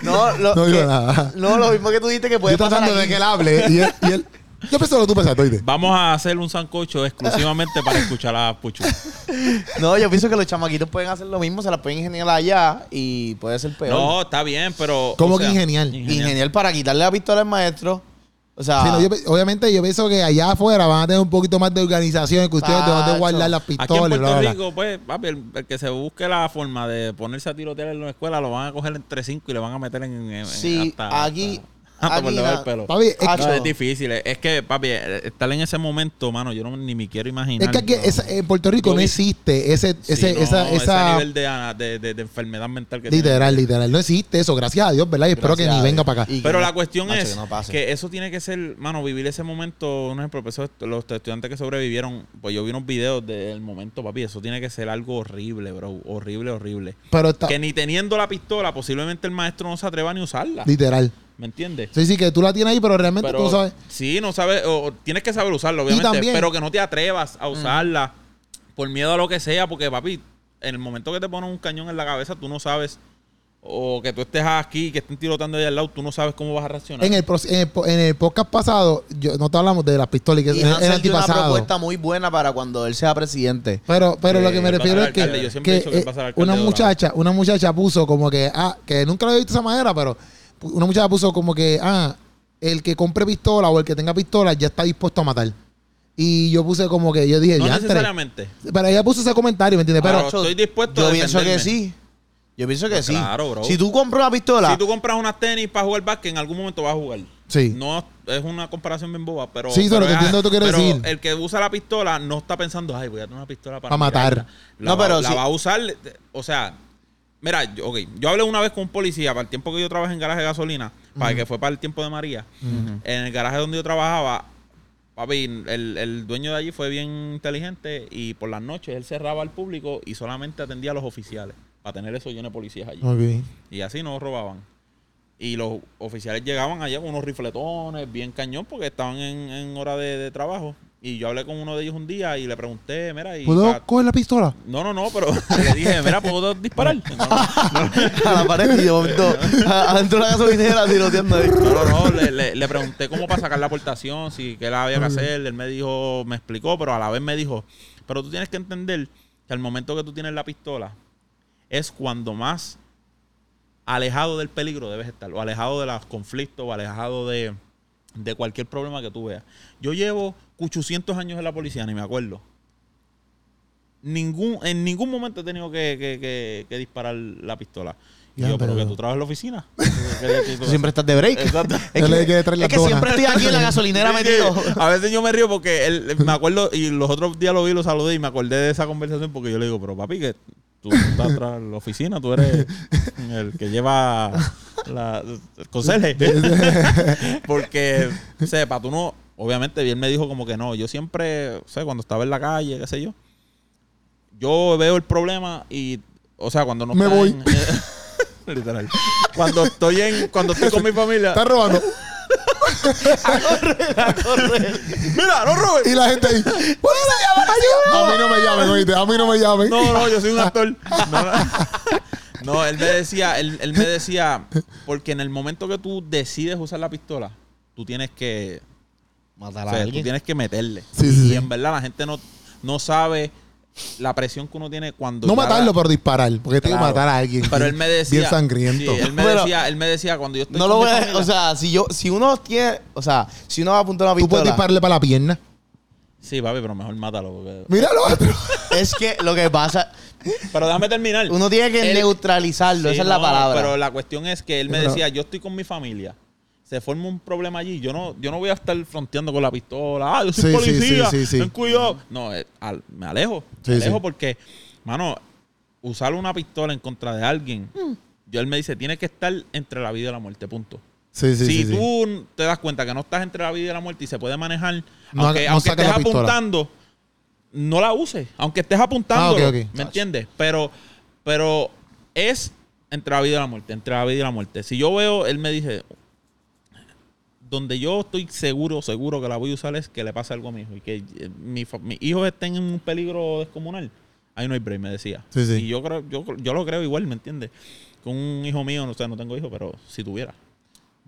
Speaker 2: No, lo,
Speaker 3: No digo
Speaker 2: que-
Speaker 3: nada.
Speaker 2: no, lo mismo que tú dijiste que puede
Speaker 3: yo
Speaker 2: pasar
Speaker 3: tratando
Speaker 2: aquí.
Speaker 3: de que él hable y él, y él- yo pensé lo que tú pensaste, oíste.
Speaker 1: Vamos a hacer un sancocho exclusivamente para escuchar a Puchu.
Speaker 2: No, yo pienso que los chamaquitos pueden hacer lo mismo, se las pueden ingeniar allá y puede ser peor.
Speaker 1: No, está bien, pero.
Speaker 3: ¿Cómo
Speaker 1: o
Speaker 3: que
Speaker 1: sea,
Speaker 3: ingenial?
Speaker 2: Ingeniar para quitarle la pistola al maestro. O sea,
Speaker 3: Sí, no, yo pe- obviamente yo pienso que allá afuera van a tener un poquito más de organización que ustedes van a
Speaker 2: Pacho.
Speaker 3: guardar las
Speaker 1: Aquí en
Speaker 3: pistolas.
Speaker 1: Puerto
Speaker 3: bla, bla, bla.
Speaker 1: Rico, pues, papi, el, el que se busque la forma de ponerse a tirotear en la escuela, lo van a coger entre cinco y le van a meter en. en-
Speaker 2: Sí,
Speaker 1: hasta-
Speaker 2: aquí-
Speaker 1: Hasta, hasta
Speaker 2: aquí
Speaker 1: Ah, por debajo
Speaker 2: la-
Speaker 1: del pelo.
Speaker 3: Papi, es,
Speaker 2: Ah,
Speaker 1: No,
Speaker 2: Pacho.
Speaker 1: es difícil. Es es que, papi, eh, estar en ese momento, mano, yo no, ni me quiero imaginar.
Speaker 3: es que aquí esa- en Puerto Rico
Speaker 1: Yo
Speaker 3: no
Speaker 1: vi-
Speaker 3: existe ese,
Speaker 1: Sí,
Speaker 3: ese,
Speaker 1: no,
Speaker 3: esa,
Speaker 1: ese
Speaker 3: esa
Speaker 1: nivel de, de- de- de enfermedad mental que tiene.
Speaker 3: literal, literal. No existe eso, gracias a Dios, ¿verdad? Y espero que ni
Speaker 2: Gracias a
Speaker 3: venga
Speaker 2: Dios.
Speaker 3: para acá.
Speaker 2: Y que
Speaker 1: Pero
Speaker 2: no-
Speaker 1: la cuestión
Speaker 2: macho,
Speaker 1: es
Speaker 2: que no
Speaker 1: que,
Speaker 2: pase.
Speaker 1: eso tiene que ser, mano, vivir ese momento. Un ejemplo, pues, esos- los estudiantes que sobrevivieron, pues yo vi unos videos del momento, papi. Eso tiene que ser algo horrible, bro. Horrible, horrible.
Speaker 3: Pero está
Speaker 1: Que ni teniendo la pistola, posiblemente el maestro no se atreva ni a usarla.
Speaker 3: literal.
Speaker 1: ¿Me entiendes?
Speaker 3: Sí, sí, que tú la tienes ahí, pero realmente tú
Speaker 1: Pero,
Speaker 3: no sabes.
Speaker 1: sí, no sabes, o, o tienes que saber usarla, obviamente,
Speaker 3: también-
Speaker 1: pero que no te atrevas a usarla por miedo a lo que sea, porque papi, en el momento que te ponen un cañón en la cabeza, tú no sabes, o que tú estés aquí, que estén tiroteando ahí al lado, tú no sabes cómo vas a reaccionar.
Speaker 3: En el, pro- en, el, po- en el podcast pasado, yo, no te hablamos de las pistolas, que
Speaker 2: y
Speaker 3: es
Speaker 2: Hansel
Speaker 3: el
Speaker 2: dio una
Speaker 3: antipasado.
Speaker 2: propuesta muy buena para cuando él sea presidente.
Speaker 3: Pero, pero lo
Speaker 1: Eh,
Speaker 3: que me
Speaker 1: va a
Speaker 3: refiero
Speaker 1: ser
Speaker 3: es que,
Speaker 1: alcalde. Yo siempre he dicho
Speaker 3: que,
Speaker 1: que
Speaker 3: eh,
Speaker 1: va a ser alcalde
Speaker 3: una
Speaker 1: de Dorado.
Speaker 3: muchacha, una muchacha puso como que, ah, que nunca lo he visto de esa manera, pero pu- una muchacha puso como que, ah, el que compre pistola o el que tenga pistola ya está dispuesto a matar. Y yo puse como que, yo dije,
Speaker 1: no
Speaker 3: ya.
Speaker 1: necesariamente.
Speaker 3: Pero ella puso ese comentario, ¿me entiendes? Pero,
Speaker 1: Ahora, estoy dispuesto
Speaker 2: Yo
Speaker 1: a
Speaker 2: pienso que
Speaker 1: defenderme.
Speaker 2: sí. Yo pienso que
Speaker 1: Pues
Speaker 2: sí.
Speaker 1: claro, bro.
Speaker 2: Si tú compras una pistola,
Speaker 1: Si tú compras unas tenis para jugar básquet, en algún momento vas a jugar.
Speaker 3: Sí.
Speaker 1: No es una comparación bien boba, pero.
Speaker 3: Sí, pero
Speaker 1: pero
Speaker 3: te
Speaker 1: es-
Speaker 3: entiendo lo que quieres
Speaker 1: pero
Speaker 3: decir.
Speaker 1: El que usa la pistola no está pensando, ay, voy a tener una pistola para.
Speaker 3: Para matar.
Speaker 1: tirarla". La
Speaker 2: No,
Speaker 1: va-
Speaker 2: pero
Speaker 1: La
Speaker 2: sí.
Speaker 1: va a usar, eh, o sea. Mira, yo, ok, yo hablé una vez con un policía para el tiempo que yo trabajé en garaje de gasolina, para que fue para el tiempo de María. En el garaje donde yo trabajaba, papi, el, el dueño de allí fue bien inteligente y por las noches él cerraba al público y solamente atendía a los oficiales para tener esos llenos de policías allí.
Speaker 3: Ok.
Speaker 1: Y así nos robaban. Y los oficiales llegaban allá con unos rifletones, bien cañón, porque estaban en, en hora de, de trabajo. Y yo hablé con uno de ellos un día y le pregunté, mira, y
Speaker 3: ¿puedo
Speaker 1: pa-
Speaker 3: coger la pistola?
Speaker 1: no, no, no, pero le dije, mira, ¿puedo disparar? No,
Speaker 2: a la pared y yo momento, a- adentro de la gasolinera tiroteando ahí.
Speaker 1: no, no, no, le, le- le pregunté cómo para sacar la aportación, si qué la había que hacer. Él me dijo, me explicó, pero a la vez me dijo, pero tú tienes que entender que al momento que tú tienes la pistola es cuando más alejado del peligro debes estar, o alejado de los conflictos, o alejado de, de cualquier problema que tú veas. Yo llevo 800 años en la policía, ni me acuerdo. Ningún, en ningún momento he tenido que, que- que- que disparar la pistola. Y
Speaker 3: Ya,
Speaker 1: yo, pero que
Speaker 3: pero-
Speaker 1: tú trabajas en la oficina. ¿Qué- qué- qué-
Speaker 2: Tú siempre estás de break.
Speaker 1: Exacto.
Speaker 2: Es
Speaker 3: Yo le
Speaker 2: que,
Speaker 3: dije que traer
Speaker 2: es
Speaker 3: la
Speaker 2: que
Speaker 3: dona.
Speaker 2: siempre estoy aquí en la gasolinera
Speaker 1: Sí,
Speaker 2: metido.
Speaker 1: sí. A veces yo me río porque él, me acuerdo, y los otros días lo vi, lo saludé y me acordé de esa conversación porque yo le digo, pero papi, que tú estás tras la oficina, tú eres el que lleva la, el conserje. porque, sepa, tú no, obviamente, él me dijo como que no, yo siempre, sé, cuando estaba en la calle, qué sé yo, yo veo el problema y, o sea, cuando no
Speaker 3: Me
Speaker 1: está
Speaker 3: voy.
Speaker 1: en- literal. Cuando estoy en, cuando estoy con mi familia,
Speaker 3: Estás robando.
Speaker 1: mira, no robes.
Speaker 3: Y la gente ahí. "Policía, policía". A mí no me llamen, oíste. A mí no me llamen.
Speaker 1: No, no, yo soy un actor. No, no. No, él me decía, él, él me decía, porque en el momento que tú decides usar la pistola, tú tienes que,
Speaker 2: Matar
Speaker 1: o sea, tú tienes que meterle.
Speaker 3: Sí, sí,
Speaker 1: y
Speaker 3: sí.
Speaker 1: en verdad la gente no, no sabe la presión que uno tiene cuando.
Speaker 3: No
Speaker 1: ya la-
Speaker 3: matarlo, pero disparar. Porque tengo que
Speaker 2: Claro.
Speaker 3: matar a alguien.
Speaker 1: Pero él me decía.
Speaker 3: Bien sangriento.
Speaker 1: Sí, él me,
Speaker 2: Pero-
Speaker 1: decía, él me decía cuando yo estoy.
Speaker 2: No
Speaker 1: con
Speaker 2: lo
Speaker 1: mi
Speaker 2: voy a.
Speaker 1: familia-
Speaker 2: O sea, si yo, si uno tiene. O sea, si uno va a apuntar una
Speaker 3: Tú puedes
Speaker 2: pistola.
Speaker 3: dispararle para la pierna.
Speaker 1: Sí, papi, pero mejor mátalo. porque-
Speaker 3: Mira lo otro.
Speaker 2: Es que lo que pasa.
Speaker 1: Pero déjame terminar.
Speaker 2: Uno tiene que
Speaker 1: Él-
Speaker 2: neutralizarlo.
Speaker 1: Sí,
Speaker 2: esa es la
Speaker 1: no,
Speaker 2: palabra.
Speaker 1: Pero la cuestión es que él me
Speaker 3: Pero-
Speaker 1: decía, yo estoy con mi familia. Se forma un problema allí. Yo no, yo no voy a estar fronteando con la pistola. Ah, yo soy
Speaker 3: Sí, sí,
Speaker 1: policía.
Speaker 3: sí, sí, sí.
Speaker 1: Ten cuidado. No, eh, al- me alejo.
Speaker 3: Sí,
Speaker 1: me alejo
Speaker 3: sí.
Speaker 1: porque, mano, usar una pistola en contra de alguien, yo él me dice, tiene que estar entre la vida y la muerte, punto.
Speaker 3: Sí, sí,
Speaker 1: si
Speaker 3: sí. sí.
Speaker 1: tú te das cuenta que no estás entre la vida y la muerte y se puede manejar,
Speaker 3: No
Speaker 1: aunque,
Speaker 3: haga- no
Speaker 1: aunque
Speaker 3: saque
Speaker 1: estés
Speaker 3: la pistola.
Speaker 1: apuntando, no la uses. Aunque estés apuntando,
Speaker 3: Ah, ok, ok.
Speaker 1: ¿me entiendes? Pero, pero es entre la vida y la muerte, entre la vida y la muerte. Si yo veo, él me dice, donde yo estoy seguro, seguro que la voy a usar es que le pase algo a mi hijo y que eh, mi fa- mis hijos estén en un peligro descomunal. Ahí no hay break, me decía.
Speaker 3: Sí, sí.
Speaker 1: Y yo creo, yo, yo lo creo igual, ¿me entiendes? Con un hijo mío, no sé, no tengo hijo, pero si tuviera,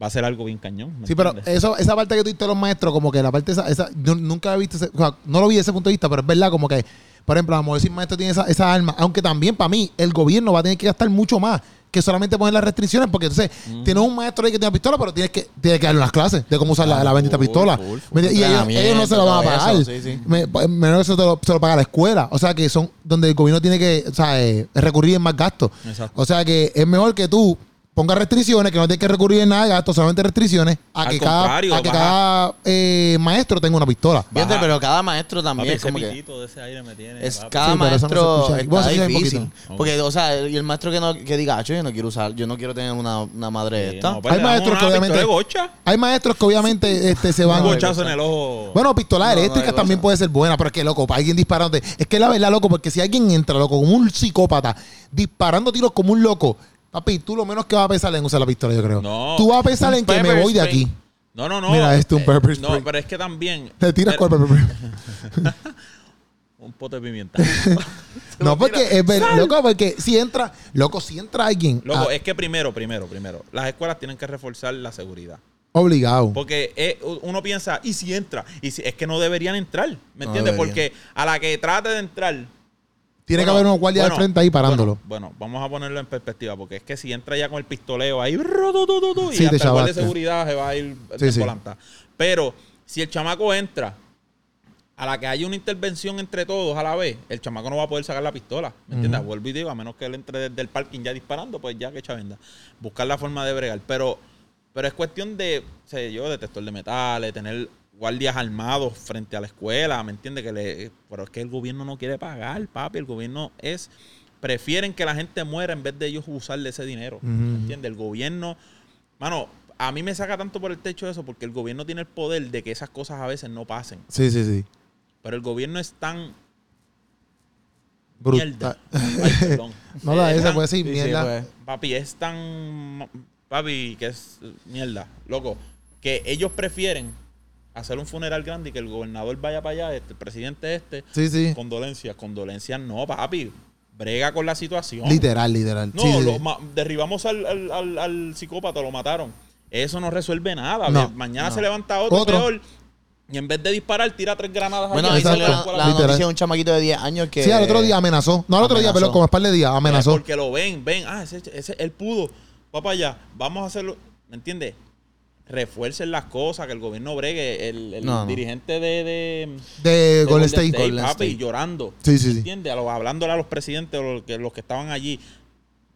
Speaker 1: va a ser algo bien cañón. ¿me
Speaker 3: Sí, pero
Speaker 1: entiendes?
Speaker 3: eso, esa parte que tú diste de los maestros, como que la parte esa, esa yo nunca he visto, ese- o sea, no lo vi desde ese punto de vista, pero es verdad, como que, por ejemplo, a lo mejor si el maestro tiene esa, esa arma, aunque también para mí el gobierno va a tener que gastar mucho más que solamente poner las restricciones, porque entonces
Speaker 2: Mm.
Speaker 3: tienes un maestro ahí que tiene pistola, pero tienes que, tienes que darle unas clases de cómo usar la, la bendita
Speaker 1: full,
Speaker 3: pistola.
Speaker 1: full,
Speaker 3: ¿Me entiendes? y ellos,
Speaker 2: Entrenamiento,
Speaker 3: ellos no se lo van a
Speaker 2: todo
Speaker 3: pagar.
Speaker 2: eso, sí, sí.
Speaker 3: Me- menos que eso te lo, se lo paga la escuela. O sea que son donde el gobierno tiene que o sea, eh, recurrir en más gastos.
Speaker 1: Exacto.
Speaker 3: O sea que es mejor que tú pongas restricciones, que no tienes que recurrir en nada de gastos, solamente restricciones, a
Speaker 1: Al
Speaker 3: que cada,
Speaker 1: contrario,
Speaker 3: a que
Speaker 1: baja.
Speaker 3: cada eh, maestro tenga una pistola.
Speaker 2: Fíjate,
Speaker 1: Baja.
Speaker 2: pero cada maestro
Speaker 1: Papi,
Speaker 2: también es
Speaker 1: ese
Speaker 2: como que.
Speaker 1: pitito de ese aire me tiene.
Speaker 2: Es
Speaker 1: papi.
Speaker 2: cada
Speaker 3: Sí, pero eso no se
Speaker 2: maestro
Speaker 3: escucha aquí. Bueno,
Speaker 2: está
Speaker 3: se escucha bien
Speaker 2: difícil.
Speaker 3: poquito.
Speaker 2: Porque, o sea, y el maestro que no que diga, "Acho, yo no quiero usar, yo no quiero tener una, una madre
Speaker 1: Sí,
Speaker 2: esta.
Speaker 1: no, pues,
Speaker 3: Hay
Speaker 1: le damos
Speaker 3: maestros que
Speaker 1: una
Speaker 3: obviamente-
Speaker 1: pistola de gocha.
Speaker 3: Hay maestros que obviamente este, se van...
Speaker 1: Un gochazo en el ojo.
Speaker 3: Bueno, pistolas
Speaker 2: No, no hay
Speaker 3: eléctricas
Speaker 2: cosa.
Speaker 3: también puede ser buena, pero es que, loco, para alguien disparándote. Es que la verdad, loco, porque si alguien entra, loco, como un psicópata, disparando tiros como un loco, papi, tú lo menos que vas a pensar en usar la pistola, yo creo.
Speaker 1: No.
Speaker 3: Tú vas a pensar en que me
Speaker 1: Pepper
Speaker 3: voy de
Speaker 1: spray.
Speaker 3: aquí.
Speaker 1: No, no, no.
Speaker 3: Mira, este es un pepper spray.
Speaker 1: No, pero es que también.
Speaker 3: Te tiras
Speaker 1: pero-
Speaker 3: cuerpo. pero-
Speaker 1: Un pote de pimienta.
Speaker 3: No, porque es ver, loco, porque si entra, loco, si entra alguien
Speaker 1: Loco,
Speaker 3: ah,
Speaker 1: es que primero, primero, primero. Las escuelas tienen que reforzar la seguridad.
Speaker 3: obligado.
Speaker 1: Porque eh, uno piensa, ¿y si entra? Y si, es que no deberían entrar. ¿Me
Speaker 2: No
Speaker 1: entiendes?
Speaker 2: deberían.
Speaker 1: Porque a la que trate de entrar, Bueno,
Speaker 3: Tiene que haber unos guardias
Speaker 1: bueno,
Speaker 3: al frente ahí parándolo.
Speaker 1: Bueno, bueno, vamos a ponerlo en perspectiva, porque es que si entra ya con el pistoleo ahí, ru, tu, tu, tu, tu, y
Speaker 3: Sí, te
Speaker 1: hasta el guardia
Speaker 3: chavaste.
Speaker 1: de seguridad se va a ir
Speaker 3: Sí,
Speaker 1: de
Speaker 3: sí.
Speaker 1: volanta. Pero si el chamaco entra a la que haya una intervención entre todos a la vez, el chamaco no va a poder sacar la pistola. ¿Me entiendes? Vuelvo y digo, a menos que él entre desde el parking ya disparando, pues ya que chavenda. Buscar la forma de bregar. Pero, pero es cuestión de, sé yo, detector de metales, tener guardias armados frente a la escuela, ¿me entiendes? Que le, pero es que el gobierno no quiere pagar, papi. El gobierno es. Prefieren que la gente muera en vez de ellos usarle ese dinero. ¿Me entiendes? El gobierno. Mano, a mí me saca tanto por el techo eso porque el gobierno tiene el poder de que esas cosas a veces no pasen.
Speaker 3: Sí, sí, sí.
Speaker 1: Pero el gobierno es tan
Speaker 3: Brutal.
Speaker 1: mierda. Ay, perdón.
Speaker 3: No, la
Speaker 1: Es
Speaker 3: esa
Speaker 1: tan-
Speaker 3: puede decir
Speaker 2: Sí, sí,
Speaker 3: mierda.
Speaker 2: pues.
Speaker 1: Papi, es tan. Papi, que es eh, mierda. Loco, que ellos prefieren hacer un funeral grande y que el gobernador vaya para allá, este, el presidente este.
Speaker 3: Sí, sí.
Speaker 1: Condolencias, condolencias no, papi. Brega con la situación.
Speaker 3: Literal, literal.
Speaker 1: No,
Speaker 3: Sí, sí,
Speaker 1: lo
Speaker 3: sí.
Speaker 1: ma- derribamos al, al- al- al psicópata, lo mataron. Eso no resuelve nada.
Speaker 3: No,
Speaker 1: Bien, Mañana
Speaker 2: no.
Speaker 1: se levanta otro,
Speaker 3: Otro.
Speaker 1: peor. Y en vez de disparar, tira tres granadas
Speaker 2: Bueno,
Speaker 1: allá
Speaker 2: ahí
Speaker 1: y se
Speaker 2: salió
Speaker 1: le
Speaker 2: la,
Speaker 1: van por
Speaker 2: la
Speaker 1: la-
Speaker 3: Literal.
Speaker 2: noticia de un chamaquito de 10 años que.
Speaker 3: Sí, al otro día amenazó. No, al otro día,
Speaker 2: amenazó.
Speaker 3: pero como un par de días amenazó.
Speaker 1: Porque lo ven, ven, ah, ese, ese- él pudo, va para allá, vamos a hacerlo, ¿me entiendes? Refuercen las cosas, que el gobierno bregue, el, el
Speaker 2: No, no.
Speaker 1: dirigente de, de,
Speaker 3: De
Speaker 1: de
Speaker 3: Golden
Speaker 1: Golden
Speaker 3: State.
Speaker 1: State,
Speaker 2: Golden
Speaker 1: papi,
Speaker 2: State.
Speaker 1: llorando,
Speaker 3: Sí, sí, sí.
Speaker 1: ¿entiendes? A los- Hablándole a los presidentes, o los que, los que estaban allí.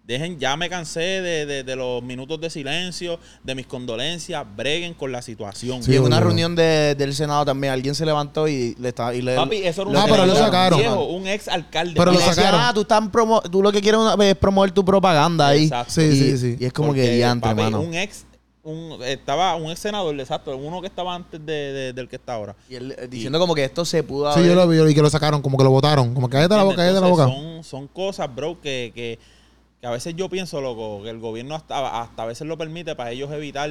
Speaker 1: Dejen, ya me cansé de, de- de los minutos de silencio, de mis condolencias, breguen con la situación.
Speaker 3: Sí,
Speaker 2: y en una
Speaker 3: boludo.
Speaker 2: reunión de- del Senado también alguien se levantó y le estaba. Y le,
Speaker 1: Papi, eso era un,
Speaker 3: Ah, pero lo sacaron.
Speaker 1: viejo, un ex alcalde.
Speaker 3: Pero
Speaker 2: Pero lo
Speaker 3: lo
Speaker 2: sacaron.
Speaker 3: sacaron.
Speaker 2: Ah, tú, están promo tú lo que quieres una- es promover tu propaganda ahí.
Speaker 1: Exacto.
Speaker 3: Sí,
Speaker 2: Y-
Speaker 3: sí, sí.
Speaker 2: Y es como que
Speaker 1: Porque,
Speaker 2: diantre,
Speaker 1: papi,
Speaker 2: hermano.
Speaker 1: Un ex, un, estaba un ex senador, exacto, uno que estaba antes de- de- del que está ahora.
Speaker 2: Y él, eh, diciendo como que esto se pudo
Speaker 3: Sí,
Speaker 2: haber-
Speaker 3: yo lo vi, yo vi que lo sacaron, como que lo botaron. Como que cállate la boca, cállate la boca.
Speaker 1: Entonces, Son, son cosas, bro, que, que, que a veces yo pienso, loco, que el gobierno hasta, hasta a veces lo permite para ellos evitar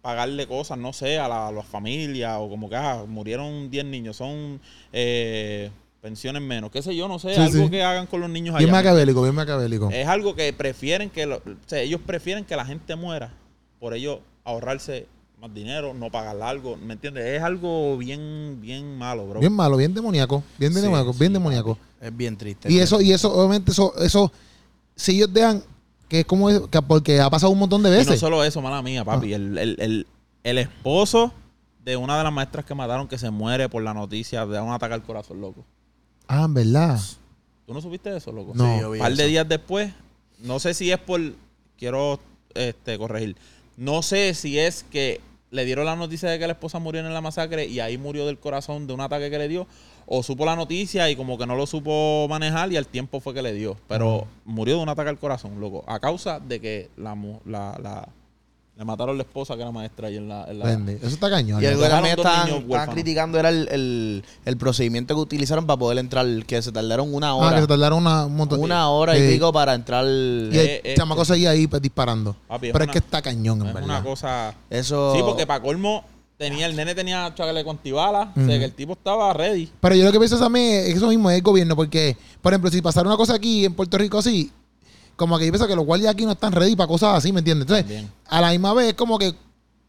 Speaker 1: pagarle cosas, no sé, a, la- a las familias o como que ah, murieron 10 niños, son eh, pensiones menos, qué sé yo, no sé,
Speaker 3: Sí,
Speaker 1: algo
Speaker 3: sí.
Speaker 1: que hagan con los niños
Speaker 3: Bien
Speaker 1: allá. Eh,
Speaker 3: macabélico, bien macabélico.
Speaker 1: Es algo que prefieren que, lo- o sea, ellos prefieren que la gente muera por ellos ahorrarse más dinero, no pagar algo, ¿me entiendes? Es algo bien, bien malo, bro.
Speaker 3: Bien malo, bien demoníaco. Bien
Speaker 2: Sí,
Speaker 3: demoníaco, bien
Speaker 2: sí,
Speaker 3: demoníaco.
Speaker 2: Es bien triste.
Speaker 3: Y eso, y eso, obviamente, eso, eso, si ellos dejan, que es como, es- que porque ha pasado un montón de
Speaker 1: Y no
Speaker 3: veces.
Speaker 1: solo eso, mala mía, papi. El, el- el- el esposo de una de las maestras que mataron que se muere por la noticia de un ataque al corazón, loco.
Speaker 3: Ah, en verdad.
Speaker 1: ¿Tú no supiste eso, loco?
Speaker 3: No.
Speaker 1: Un par de días después, no sé si es por. Quiero este, corregir. No sé si es que le dieron la noticia de que la esposa murió en la masacre y ahí murió del corazón de un ataque que le dio. O supo la noticia y como que no lo supo manejar y al tiempo fue que le dio. Pero murió de un ataque al corazón, loco. A causa de que la, mu- la, la- le mataron la esposa que era maestra ahí en la. en la-
Speaker 3: Vende. Eso está cañón.
Speaker 2: Y
Speaker 3: ¿no?
Speaker 2: algo que
Speaker 1: Dejaron
Speaker 2: también
Speaker 1: dos
Speaker 2: estaban,
Speaker 1: niños
Speaker 2: estaban
Speaker 1: huérfanos.
Speaker 2: criticando era el, el- el procedimiento que utilizaron para poder entrar, que se tardaron una
Speaker 3: Ah,
Speaker 2: hora.
Speaker 3: que se tardaron una, un montón
Speaker 2: una hora
Speaker 3: Sí.
Speaker 2: y pico para entrar.
Speaker 3: Y el
Speaker 1: Eh, eh,
Speaker 3: chamaco seguía ahí pues, disparando.
Speaker 1: Papi, es
Speaker 3: Pero
Speaker 1: una-
Speaker 3: es que está cañón, en
Speaker 1: Es
Speaker 3: verdad.
Speaker 1: una cosa.
Speaker 2: Eso.
Speaker 1: Sí, porque para colmo, tenía, el nene tenía chaleco antibalas. O sea,
Speaker 3: Ujú.
Speaker 1: que el tipo estaba ready.
Speaker 3: Pero yo lo que pienso también es eso mismo, es el gobierno, porque, por ejemplo, si pasara una cosa aquí en Puerto Rico así, como que yo pienso que los guardias aquí no están ready para cosas así, ¿me entiendes? Entonces,
Speaker 1: También.
Speaker 3: a la misma vez es como que,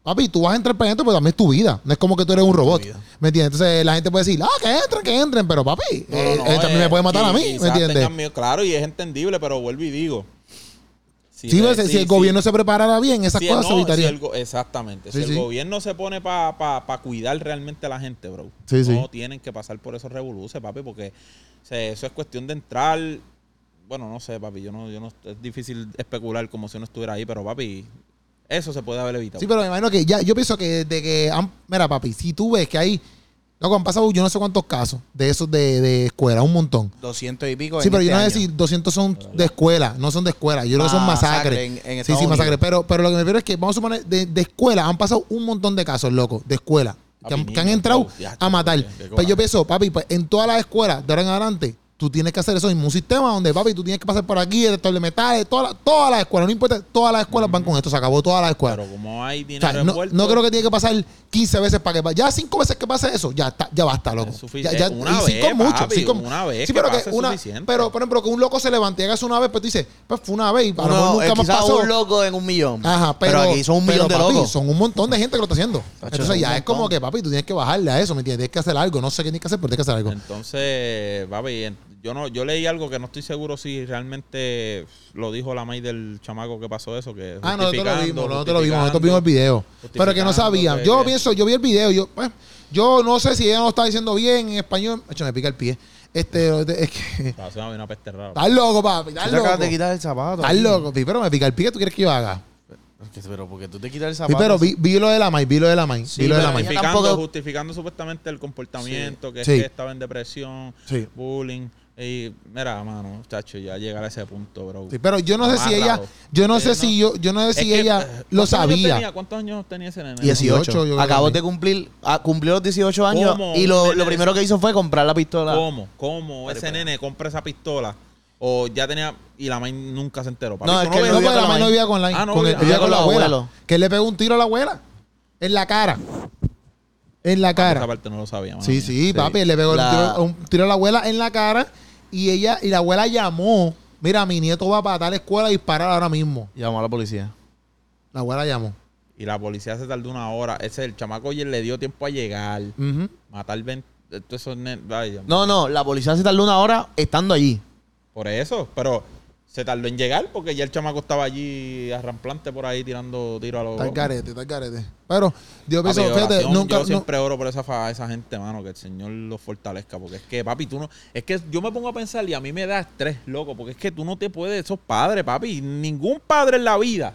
Speaker 3: papi, tú vas a entrar para adentro, pero también es tu vida, no es como que tú eres un robot,
Speaker 2: vida.
Speaker 3: ¿me entiendes? Entonces la gente puede decir, ah, que entren, que entren, pero papi,
Speaker 1: No, no,
Speaker 3: eh,
Speaker 1: no,
Speaker 3: él también
Speaker 1: eh,
Speaker 3: me puede matar a
Speaker 1: y-
Speaker 3: mí, ¿me
Speaker 1: quizás
Speaker 3: entiendes?
Speaker 1: tengan miedo, claro, y es entendible, pero vuelvo y digo. Si,
Speaker 3: Sí,
Speaker 1: le-
Speaker 3: pues, si
Speaker 1: sí,
Speaker 3: el
Speaker 1: sí.
Speaker 3: gobierno se preparara bien, esas
Speaker 1: Si
Speaker 3: cosas
Speaker 1: no,
Speaker 3: se
Speaker 1: si
Speaker 3: evitarían.
Speaker 1: el go- exactamente.
Speaker 3: Sí,
Speaker 1: si
Speaker 3: sí.
Speaker 1: el gobierno se pone para cuidar realmente a la gente, bro.
Speaker 3: Sí,
Speaker 1: no
Speaker 3: sí.
Speaker 1: tienen que pasar por esos revoluces, papi, porque o sea, eso es cuestión de entrar. Bueno, no sé, papi. Yo no, yo no, es difícil especular como si uno estuviera ahí, pero papi, eso se puede haber evitado.
Speaker 3: Sí, pues, pero me imagino que ya, yo pienso que desde que, han- mira papi, si tú ves que ahí, loco, han pasado yo no sé cuántos casos de esos de, de escuela, un montón.
Speaker 2: 200 y pico.
Speaker 3: Sí,
Speaker 2: en
Speaker 3: pero yo
Speaker 2: este
Speaker 3: no voy a
Speaker 2: año.
Speaker 3: decir 200 son de escuela, no son de escuela, yo creo que son
Speaker 2: Masacre
Speaker 3: masacres.
Speaker 2: en- en
Speaker 3: sí,
Speaker 2: Estados
Speaker 3: sí, masacres.
Speaker 2: Unidos.
Speaker 3: Pero, pero lo que me refiero es que, vamos a suponer, de, de escuela han pasado un montón de casos, loco, de escuela, que han,
Speaker 1: Papi,
Speaker 3: que han
Speaker 1: niños,
Speaker 3: entrado
Speaker 1: oh, ya,
Speaker 3: a
Speaker 1: chaval,
Speaker 3: matar.
Speaker 1: qué- qué
Speaker 3: Pues
Speaker 1: coraje.
Speaker 3: yo pienso, papi, pues en todas las escuelas, de ahora en adelante, tú tienes que hacer eso mismo, un sistema donde, papi, tú tienes que pasar por aquí, detector de metales, todas las todas las escuelas, no importa, todas las escuelas van con esto, se acabó todas las escuelas.
Speaker 1: Pero como hay
Speaker 3: O
Speaker 1: dinero
Speaker 3: sea, no,
Speaker 1: envuelto,
Speaker 3: no creo que tiene que pasar 15 veces para que pa- ya cinco veces que pase eso, ya está, ya basta, loco.
Speaker 1: Es
Speaker 3: ya,
Speaker 1: suficiente.
Speaker 3: ya,
Speaker 1: Una
Speaker 3: y cinco
Speaker 1: vez,
Speaker 3: mucho,
Speaker 1: papi,
Speaker 3: cinco-
Speaker 1: una vez
Speaker 3: Sí,
Speaker 1: que
Speaker 3: pero que
Speaker 1: pase es
Speaker 3: una,
Speaker 1: suficiente.
Speaker 3: pero por ejemplo que un loco se levante y haga eso una vez, pero tú dices, pues fue una vez y para lo
Speaker 2: Uno,
Speaker 3: mejor
Speaker 2: eh,
Speaker 3: nunca más
Speaker 2: quizás
Speaker 3: pasó.
Speaker 2: un loco en un millón.
Speaker 3: Ajá, pero,
Speaker 2: aquí son un
Speaker 3: pero,
Speaker 2: millón de
Speaker 3: papi,
Speaker 2: locos.
Speaker 3: Son un montón de gente que lo está haciendo. Entonces
Speaker 2: un
Speaker 3: ya es
Speaker 2: montón.
Speaker 3: como que, papi, tú tienes que bajarle a eso, ¿me entiendes? Tienes que hacer algo, no sé qué tienes que hacer, pero tienes que hacer algo.
Speaker 1: Entonces, papi, en- yo no, yo leí algo que no estoy seguro si realmente lo dijo la maíz del chamaco que pasó eso, que
Speaker 3: Ah, no, nosotros lo vimos,
Speaker 1: justificando,
Speaker 3: nosotros lo vimos, nosotros vimos el
Speaker 1: justificando.
Speaker 3: video. Pero que no
Speaker 1: justificando
Speaker 3: sabían.
Speaker 1: que-
Speaker 3: Yo
Speaker 1: que-
Speaker 3: pienso, yo vi el video, yo, pues, yo no sé si ella no lo está diciendo bien en español. Hecho, me pica el pie. Este, es que.
Speaker 1: Ah, se me vino una peste rara.
Speaker 3: Estás loco, papi, estás
Speaker 2: Tú te acabas
Speaker 3: loco.
Speaker 2: de quitar el zapato.
Speaker 3: Estás
Speaker 2: aquí.
Speaker 3: loco, pi, pero me pica el pie, ¿qué tú quieres que yo haga?
Speaker 2: Es que- Pero porque tú te quitas el
Speaker 3: Pi,
Speaker 2: zapato.
Speaker 3: pero vi, vi lo de la maíz, vi lo de la maíz,
Speaker 2: Sí,
Speaker 3: vi lo de la
Speaker 2: pero-
Speaker 3: maíz.
Speaker 2: Ella
Speaker 1: Justificando,
Speaker 2: tampoco-
Speaker 1: justificando supuestamente el comportamiento, que es
Speaker 3: Sí.
Speaker 1: que estaba en depresión,
Speaker 3: Sí.
Speaker 1: bullying. Y mira, mano, chacho, ya llegar a ese punto, bro.
Speaker 3: Sí, pero yo no sé si ella,
Speaker 1: Amárralo.
Speaker 3: yo no
Speaker 1: Sí,
Speaker 3: sé si yo, yo no sé
Speaker 1: Es
Speaker 3: si
Speaker 1: que,
Speaker 3: ella
Speaker 1: eh,
Speaker 3: lo
Speaker 1: ¿cuántos años tenía?
Speaker 3: sabía.
Speaker 1: ¿Cuántos años tenía ese nene?
Speaker 2: 18.
Speaker 3: 18, yo creo
Speaker 2: Acabó
Speaker 3: que sí.
Speaker 2: de cumplir, ah, cumplió los 18 años
Speaker 1: ¿Cómo?
Speaker 2: y
Speaker 1: Un
Speaker 2: lo,
Speaker 1: nene
Speaker 2: lo
Speaker 1: de
Speaker 2: primero que hizo fue comprar la pistola.
Speaker 1: ¿Cómo? ¿Cómo? Ese nene compra esa pistola. O ya tenía. Y la maíz nunca se enteró. papi.
Speaker 2: No,
Speaker 1: Tú
Speaker 2: es que
Speaker 1: ves-
Speaker 3: No,
Speaker 2: vivía
Speaker 3: porque
Speaker 2: con
Speaker 3: la
Speaker 2: la
Speaker 3: maíz no
Speaker 2: maíz.
Speaker 3: vivía con la,
Speaker 1: Ah, no,
Speaker 3: con,
Speaker 1: vivía-
Speaker 3: vivía
Speaker 1: ah,
Speaker 3: con la
Speaker 2: con los
Speaker 3: abuela,
Speaker 2: abuelos.
Speaker 3: que le pegó un tiro a la abuela en la cara. En la
Speaker 1: Esa
Speaker 3: cara.
Speaker 1: parte no lo sabía. mano
Speaker 3: Sí,
Speaker 1: mía.
Speaker 3: sí, papi, le pegó
Speaker 2: La-
Speaker 3: un, tiro, un tiro a la abuela en la cara y ella y la abuela llamó, mira, mi nieto va para tal escuela a disparar ahora mismo.
Speaker 2: Llamó a la policía.
Speaker 3: La abuela llamó.
Speaker 1: Y la policía se tardó una hora. Ese el chamaco y él le dio tiempo a llegar.
Speaker 3: Ujú.
Speaker 1: Matar 20. Esto, eso, ne- ay, Dios mío.
Speaker 2: No, no, la policía se tardó una hora estando allí.
Speaker 1: Por eso. Pero se tardó en llegar porque ya el chamaco estaba allí arramplante por ahí tirando tiro a los.
Speaker 3: Está el garete, está el garete. Pero yo
Speaker 1: Papi,
Speaker 3: pienso, fíjate,
Speaker 1: oración,
Speaker 3: nunca.
Speaker 1: yo
Speaker 3: no-
Speaker 1: siempre oro por esa, fa- esa gente, mano, que el Señor los fortalezca. Porque es que, papi, tú no. Es que yo me pongo a pensar y a mí me da estrés, loco. Porque es que tú no te puedes, esos padres, papi. Ningún padre en la vida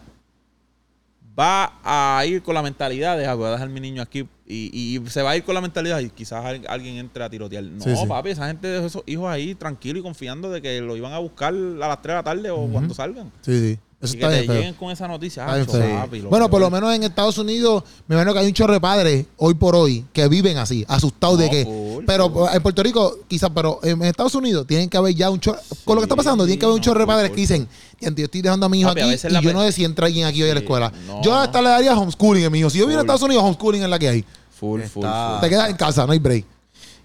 Speaker 1: va a ir con la mentalidad de, "Ah, voy a dejar mi niño aquí. Y, y- y se va a ir con la mentalidad y quizás al- alguien entre a tirotear. No,
Speaker 3: Sí, sí.
Speaker 1: papi, esa gente dejó esos hijos ahí tranquilos y confiando de que lo iban a buscar a las 3 de la tarde o cuando salgan.
Speaker 3: Sí, sí. Eso
Speaker 1: Y que
Speaker 3: está
Speaker 1: te
Speaker 3: bien, feo.
Speaker 1: lleguen con esa noticia.
Speaker 3: Está bien
Speaker 1: "Acho,
Speaker 3: feo.
Speaker 1: papi, eh. lo
Speaker 3: bueno, por lo
Speaker 1: peor".
Speaker 3: menos en Estados Unidos, me imagino que hay un chorro de padres hoy por hoy que viven así, asustados de
Speaker 1: No,
Speaker 3: que.
Speaker 1: full,
Speaker 3: pero
Speaker 1: full.
Speaker 3: en Puerto Rico, quizás, pero en Estados Unidos tienen que haber ya un chorro. con lo que está pasando, tienen que haber un
Speaker 1: no,
Speaker 3: chorro de
Speaker 1: full,
Speaker 3: padres
Speaker 1: full.
Speaker 3: que dicen: "Diantre, Yo estoy dejando a mi hijo
Speaker 1: Papi, a
Speaker 3: aquí
Speaker 1: veces
Speaker 3: y
Speaker 1: la
Speaker 3: yo
Speaker 1: pe-
Speaker 3: no sé si entra alguien aquí hoy a la
Speaker 1: Sí,
Speaker 3: escuela.
Speaker 1: no.
Speaker 3: Yo hasta le daría homeschooling a mi hijo. Si yo viera a Estados Unidos, homeschooling es la que hay.
Speaker 1: Full, full,
Speaker 2: Está-
Speaker 1: full.
Speaker 3: Te quedas en casa, no hay break.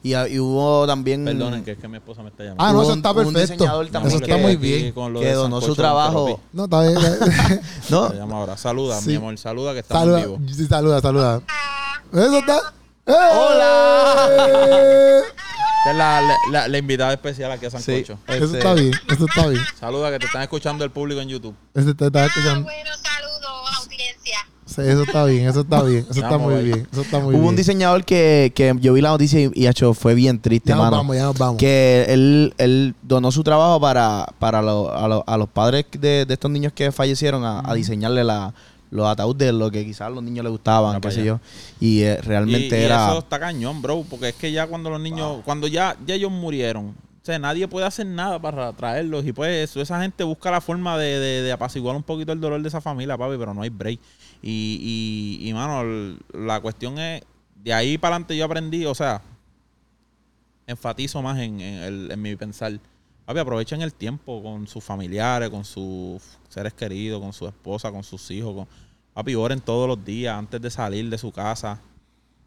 Speaker 2: Y, ah, y hubo también.
Speaker 1: Perdonen, que es que mi esposa me está llamando.
Speaker 3: Ah, no,
Speaker 2: hubo
Speaker 3: eso
Speaker 2: un-
Speaker 3: está
Speaker 2: un
Speaker 3: perfecto.
Speaker 2: diseñador también
Speaker 3: Eso está
Speaker 2: que-
Speaker 3: muy bien.
Speaker 1: Con lo
Speaker 2: que
Speaker 1: de
Speaker 2: donó su
Speaker 1: sancocho
Speaker 2: trabajo.
Speaker 1: de Peropi.
Speaker 3: No, está bien. está bien.
Speaker 2: ¿No?
Speaker 1: Se llama ahora. Saluda,
Speaker 3: Sí.
Speaker 1: mi amor, saluda que estamos
Speaker 3: saluda,
Speaker 1: vivos.
Speaker 3: sí, saluda, saluda. Eso está. ¡Eh!
Speaker 2: ¡Hola!
Speaker 1: Esta es la, la- la- la invitada especial aquí a Sancocho.
Speaker 3: Eso
Speaker 2: este,
Speaker 3: está bien, eso está bien.
Speaker 1: Saluda que te están escuchando el público en YouTube.
Speaker 3: Eso está, está escuchando.
Speaker 4: Ah, bueno, saludos, audiencia.
Speaker 3: Sí, Eso está bien, eso está bien, eso está
Speaker 1: Vamos,
Speaker 3: muy
Speaker 1: ahí.
Speaker 3: bien, eso está muy bien.
Speaker 2: Hubo un diseñador que, que yo vi la noticia y, y hecho, fue bien triste,
Speaker 3: Ya nos
Speaker 2: mano.
Speaker 3: vamos, ya nos vamos.
Speaker 2: Que él, él donó su trabajo para, para lo- a, lo- a los padres de, de estos niños que fallecieron a, a diseñarle la, los ataúdes, lo que quizás a los niños les gustaban,
Speaker 1: Ah,
Speaker 2: qué
Speaker 1: para
Speaker 2: sé
Speaker 1: allá.
Speaker 2: yo. Y eh,
Speaker 1: Y,
Speaker 2: realmente
Speaker 1: y
Speaker 2: era...
Speaker 1: eso está cañón, bro, porque es que ya cuando los niños, cuando ya, ya ellos murieron, o sea, nadie puede hacer nada para traerlos y pues eso, esa gente busca la forma de, de- de apaciguar un poquito el dolor de esa familia, papi, pero no hay break. Y, y, y mano, l- la cuestión es, de ahí para adelante yo aprendí, o sea, enfatizo más en, en el- en mi pensar. Papi, aprovechen el tiempo con sus familiares, con sus seres queridos, con su esposa, con sus hijos. Con... Papi, oren todos los días antes de salir de su casa.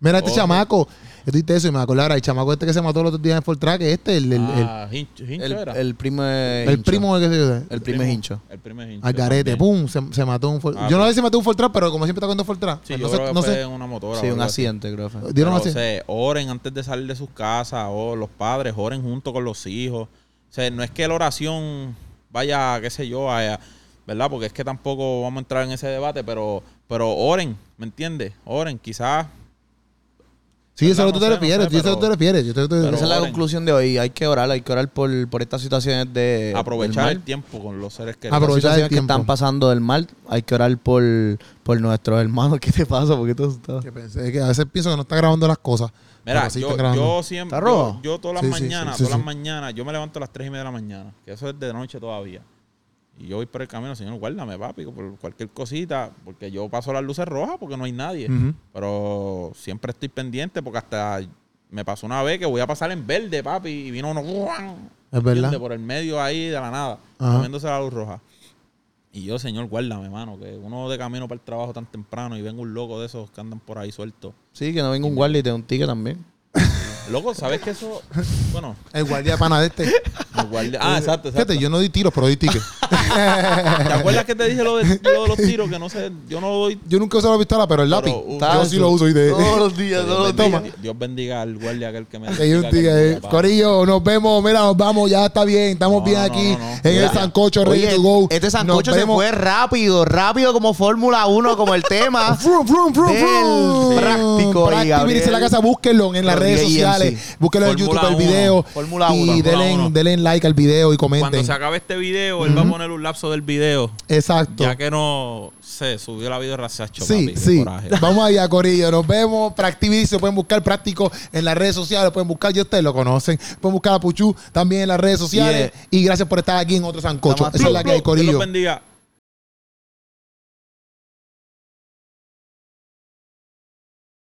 Speaker 3: Mira, este
Speaker 1: Ojo.
Speaker 3: chamaco, yo tuiteé eso y me acordé ahora, el chamaco este que se mató los otros días en Fortrack, este, el, el, el-
Speaker 1: Ah, Hincho- Hincho
Speaker 2: El,
Speaker 1: era.
Speaker 2: el primo
Speaker 3: el,
Speaker 2: es hincho.
Speaker 3: primo que se
Speaker 2: El primo es hincho.
Speaker 1: El primo es hincho.
Speaker 3: al
Speaker 1: también.
Speaker 3: garete, pum, se, se mató un Fortrack.
Speaker 1: Ah,
Speaker 3: yo no
Speaker 1: sí.
Speaker 3: sé si mató un Fortrack, pero como siempre está contando Fortrack,
Speaker 1: Sí, yo
Speaker 3: entonces
Speaker 1: creo que
Speaker 3: no
Speaker 1: fue
Speaker 3: sé,
Speaker 1: en una motora. o
Speaker 2: Sí, un
Speaker 1: algo así.
Speaker 2: accidente, creo que fue.
Speaker 3: dieron
Speaker 1: Pero,
Speaker 3: así.
Speaker 1: o sea, oren antes de salir de sus casas, o los padres, oren junto con los hijos. O sea, no es que la oración vaya, qué sé yo, a- ¿verdad? Porque es que tampoco vamos a entrar en ese debate, pero, pero oren, ¿me entiendes? Oren, quizás.
Speaker 3: sí, eso es lo
Speaker 1: no
Speaker 3: que tú te
Speaker 1: sé, no
Speaker 3: refieres,
Speaker 1: sé,
Speaker 3: yo eso es lo que tú te
Speaker 1: pero-
Speaker 3: refieres, yo te- te-
Speaker 1: pero
Speaker 2: Esa es la
Speaker 1: oren.
Speaker 2: conclusión de hoy. Hay que orar, hay que orar por, por estas situaciones de...
Speaker 1: Aprovechar
Speaker 2: del
Speaker 1: el
Speaker 2: mal.
Speaker 1: tiempo con los seres que
Speaker 3: Aprovechar el
Speaker 2: Aprovechar que
Speaker 3: tiempo.
Speaker 2: están pasando del mal. Hay que orar por, por nuestros hermanos. ¿Qué te pasa? ¿Por qué te asustas?
Speaker 3: que pensé que a veces pienso que no está grabando las cosas.
Speaker 1: Mira,
Speaker 3: pero sí
Speaker 1: yo,
Speaker 3: está grabando.
Speaker 1: yo siempre.
Speaker 2: ¿Está
Speaker 1: Yo,
Speaker 2: rojo?
Speaker 1: yo todas las
Speaker 3: Sí, sí, sí,
Speaker 1: mañanas,
Speaker 3: sí,
Speaker 1: todas
Speaker 3: sí.
Speaker 1: las mañanas, yo me levanto a las 3 y media de la mañana, que eso es de noche todavía. Y yo voy por el camino, señor, guárdame, papi, por cualquier cosita, porque yo paso las luces rojas porque no hay nadie.
Speaker 3: Ujú.
Speaker 1: Pero siempre estoy pendiente porque hasta me pasó una vez que voy a pasar en verde, papi, y vino uno ¡guau!
Speaker 3: Es verdad.
Speaker 1: ¿Entiendes? por el medio ahí de la nada,
Speaker 3: Ajá.
Speaker 1: comiéndose la luz roja. Y yo, señor, guárdame, mano, que uno de camino para el trabajo tan temprano y vengo un loco de esos que andan por ahí suelto.
Speaker 2: Sí, que no venga un guardia y te dé un ticket también.
Speaker 1: Loco, ¿sabes que eso? Bueno,
Speaker 3: El guardia de pana de este.
Speaker 1: los guardias- Ah, exacto, exacto.
Speaker 3: Fíjate, yo no di tiros, pero di tickets.
Speaker 1: ¿Te acuerdas que te dije lo de, lo de los tiros? Que no sé, yo no doy.
Speaker 3: Yo nunca uso la pistola, pero el lápiz.
Speaker 1: Pero, uh,
Speaker 3: yo sí lo uso y de.
Speaker 2: Todos los
Speaker 3: eh,
Speaker 2: días, todos los
Speaker 1: Dios
Speaker 2: días.
Speaker 1: bendiga, Dios bendiga al guardia aquel que me.
Speaker 3: Hay un
Speaker 1: bendiga,
Speaker 3: eh, tigre
Speaker 1: que
Speaker 3: ahí.
Speaker 1: me apaga.
Speaker 3: Corillo, nos vemos. Mira, nos vamos. Ya está bien. Estamos
Speaker 1: No,
Speaker 3: bien
Speaker 1: no,
Speaker 3: aquí
Speaker 1: no, no.
Speaker 3: en el
Speaker 1: Mira,
Speaker 3: Sancocho Ready
Speaker 2: Oye,
Speaker 3: to eh, Go.
Speaker 2: este
Speaker 3: Nos
Speaker 2: sancocho se
Speaker 3: vemos.
Speaker 2: fue rápido, rápido como Fórmula 1, como el tema.
Speaker 3: Frum, frum, frum,
Speaker 2: Del práctico
Speaker 3: frum.
Speaker 2: y
Speaker 3: Práctico.
Speaker 2: Gabriel.
Speaker 3: Vinirse a la casa, búsquenlo en las
Speaker 2: Con
Speaker 3: redes
Speaker 2: DMC.
Speaker 3: sociales. Búsquenlo en YouTube,
Speaker 1: Fórmula
Speaker 3: el
Speaker 1: uno,
Speaker 3: video.
Speaker 2: Fórmula uno,
Speaker 3: Y
Speaker 1: Fórmula
Speaker 3: denle
Speaker 1: uno.
Speaker 3: denle like al video y
Speaker 1: Cuando
Speaker 3: comenten.
Speaker 1: se acabe este video, él va a poner un lapso del video.
Speaker 3: Exacto.
Speaker 1: Ya que no se subió la video raciacho,
Speaker 3: Sí,
Speaker 1: papi, qué
Speaker 3: sí.
Speaker 1: coraje.
Speaker 3: Vamos allá, Corillo. Nos vemos. Practivice. Se pueden buscar práctico en las redes sociales. Pueden buscar, ya ustedes lo conocen. Pueden buscar a Puchu también en las redes sociales. Y gracias por estar aquí en otro Sancocho.
Speaker 2: Estamos-
Speaker 3: Esa es la que hay,
Speaker 1: Dios los
Speaker 3: Corillo.
Speaker 1: bendiga.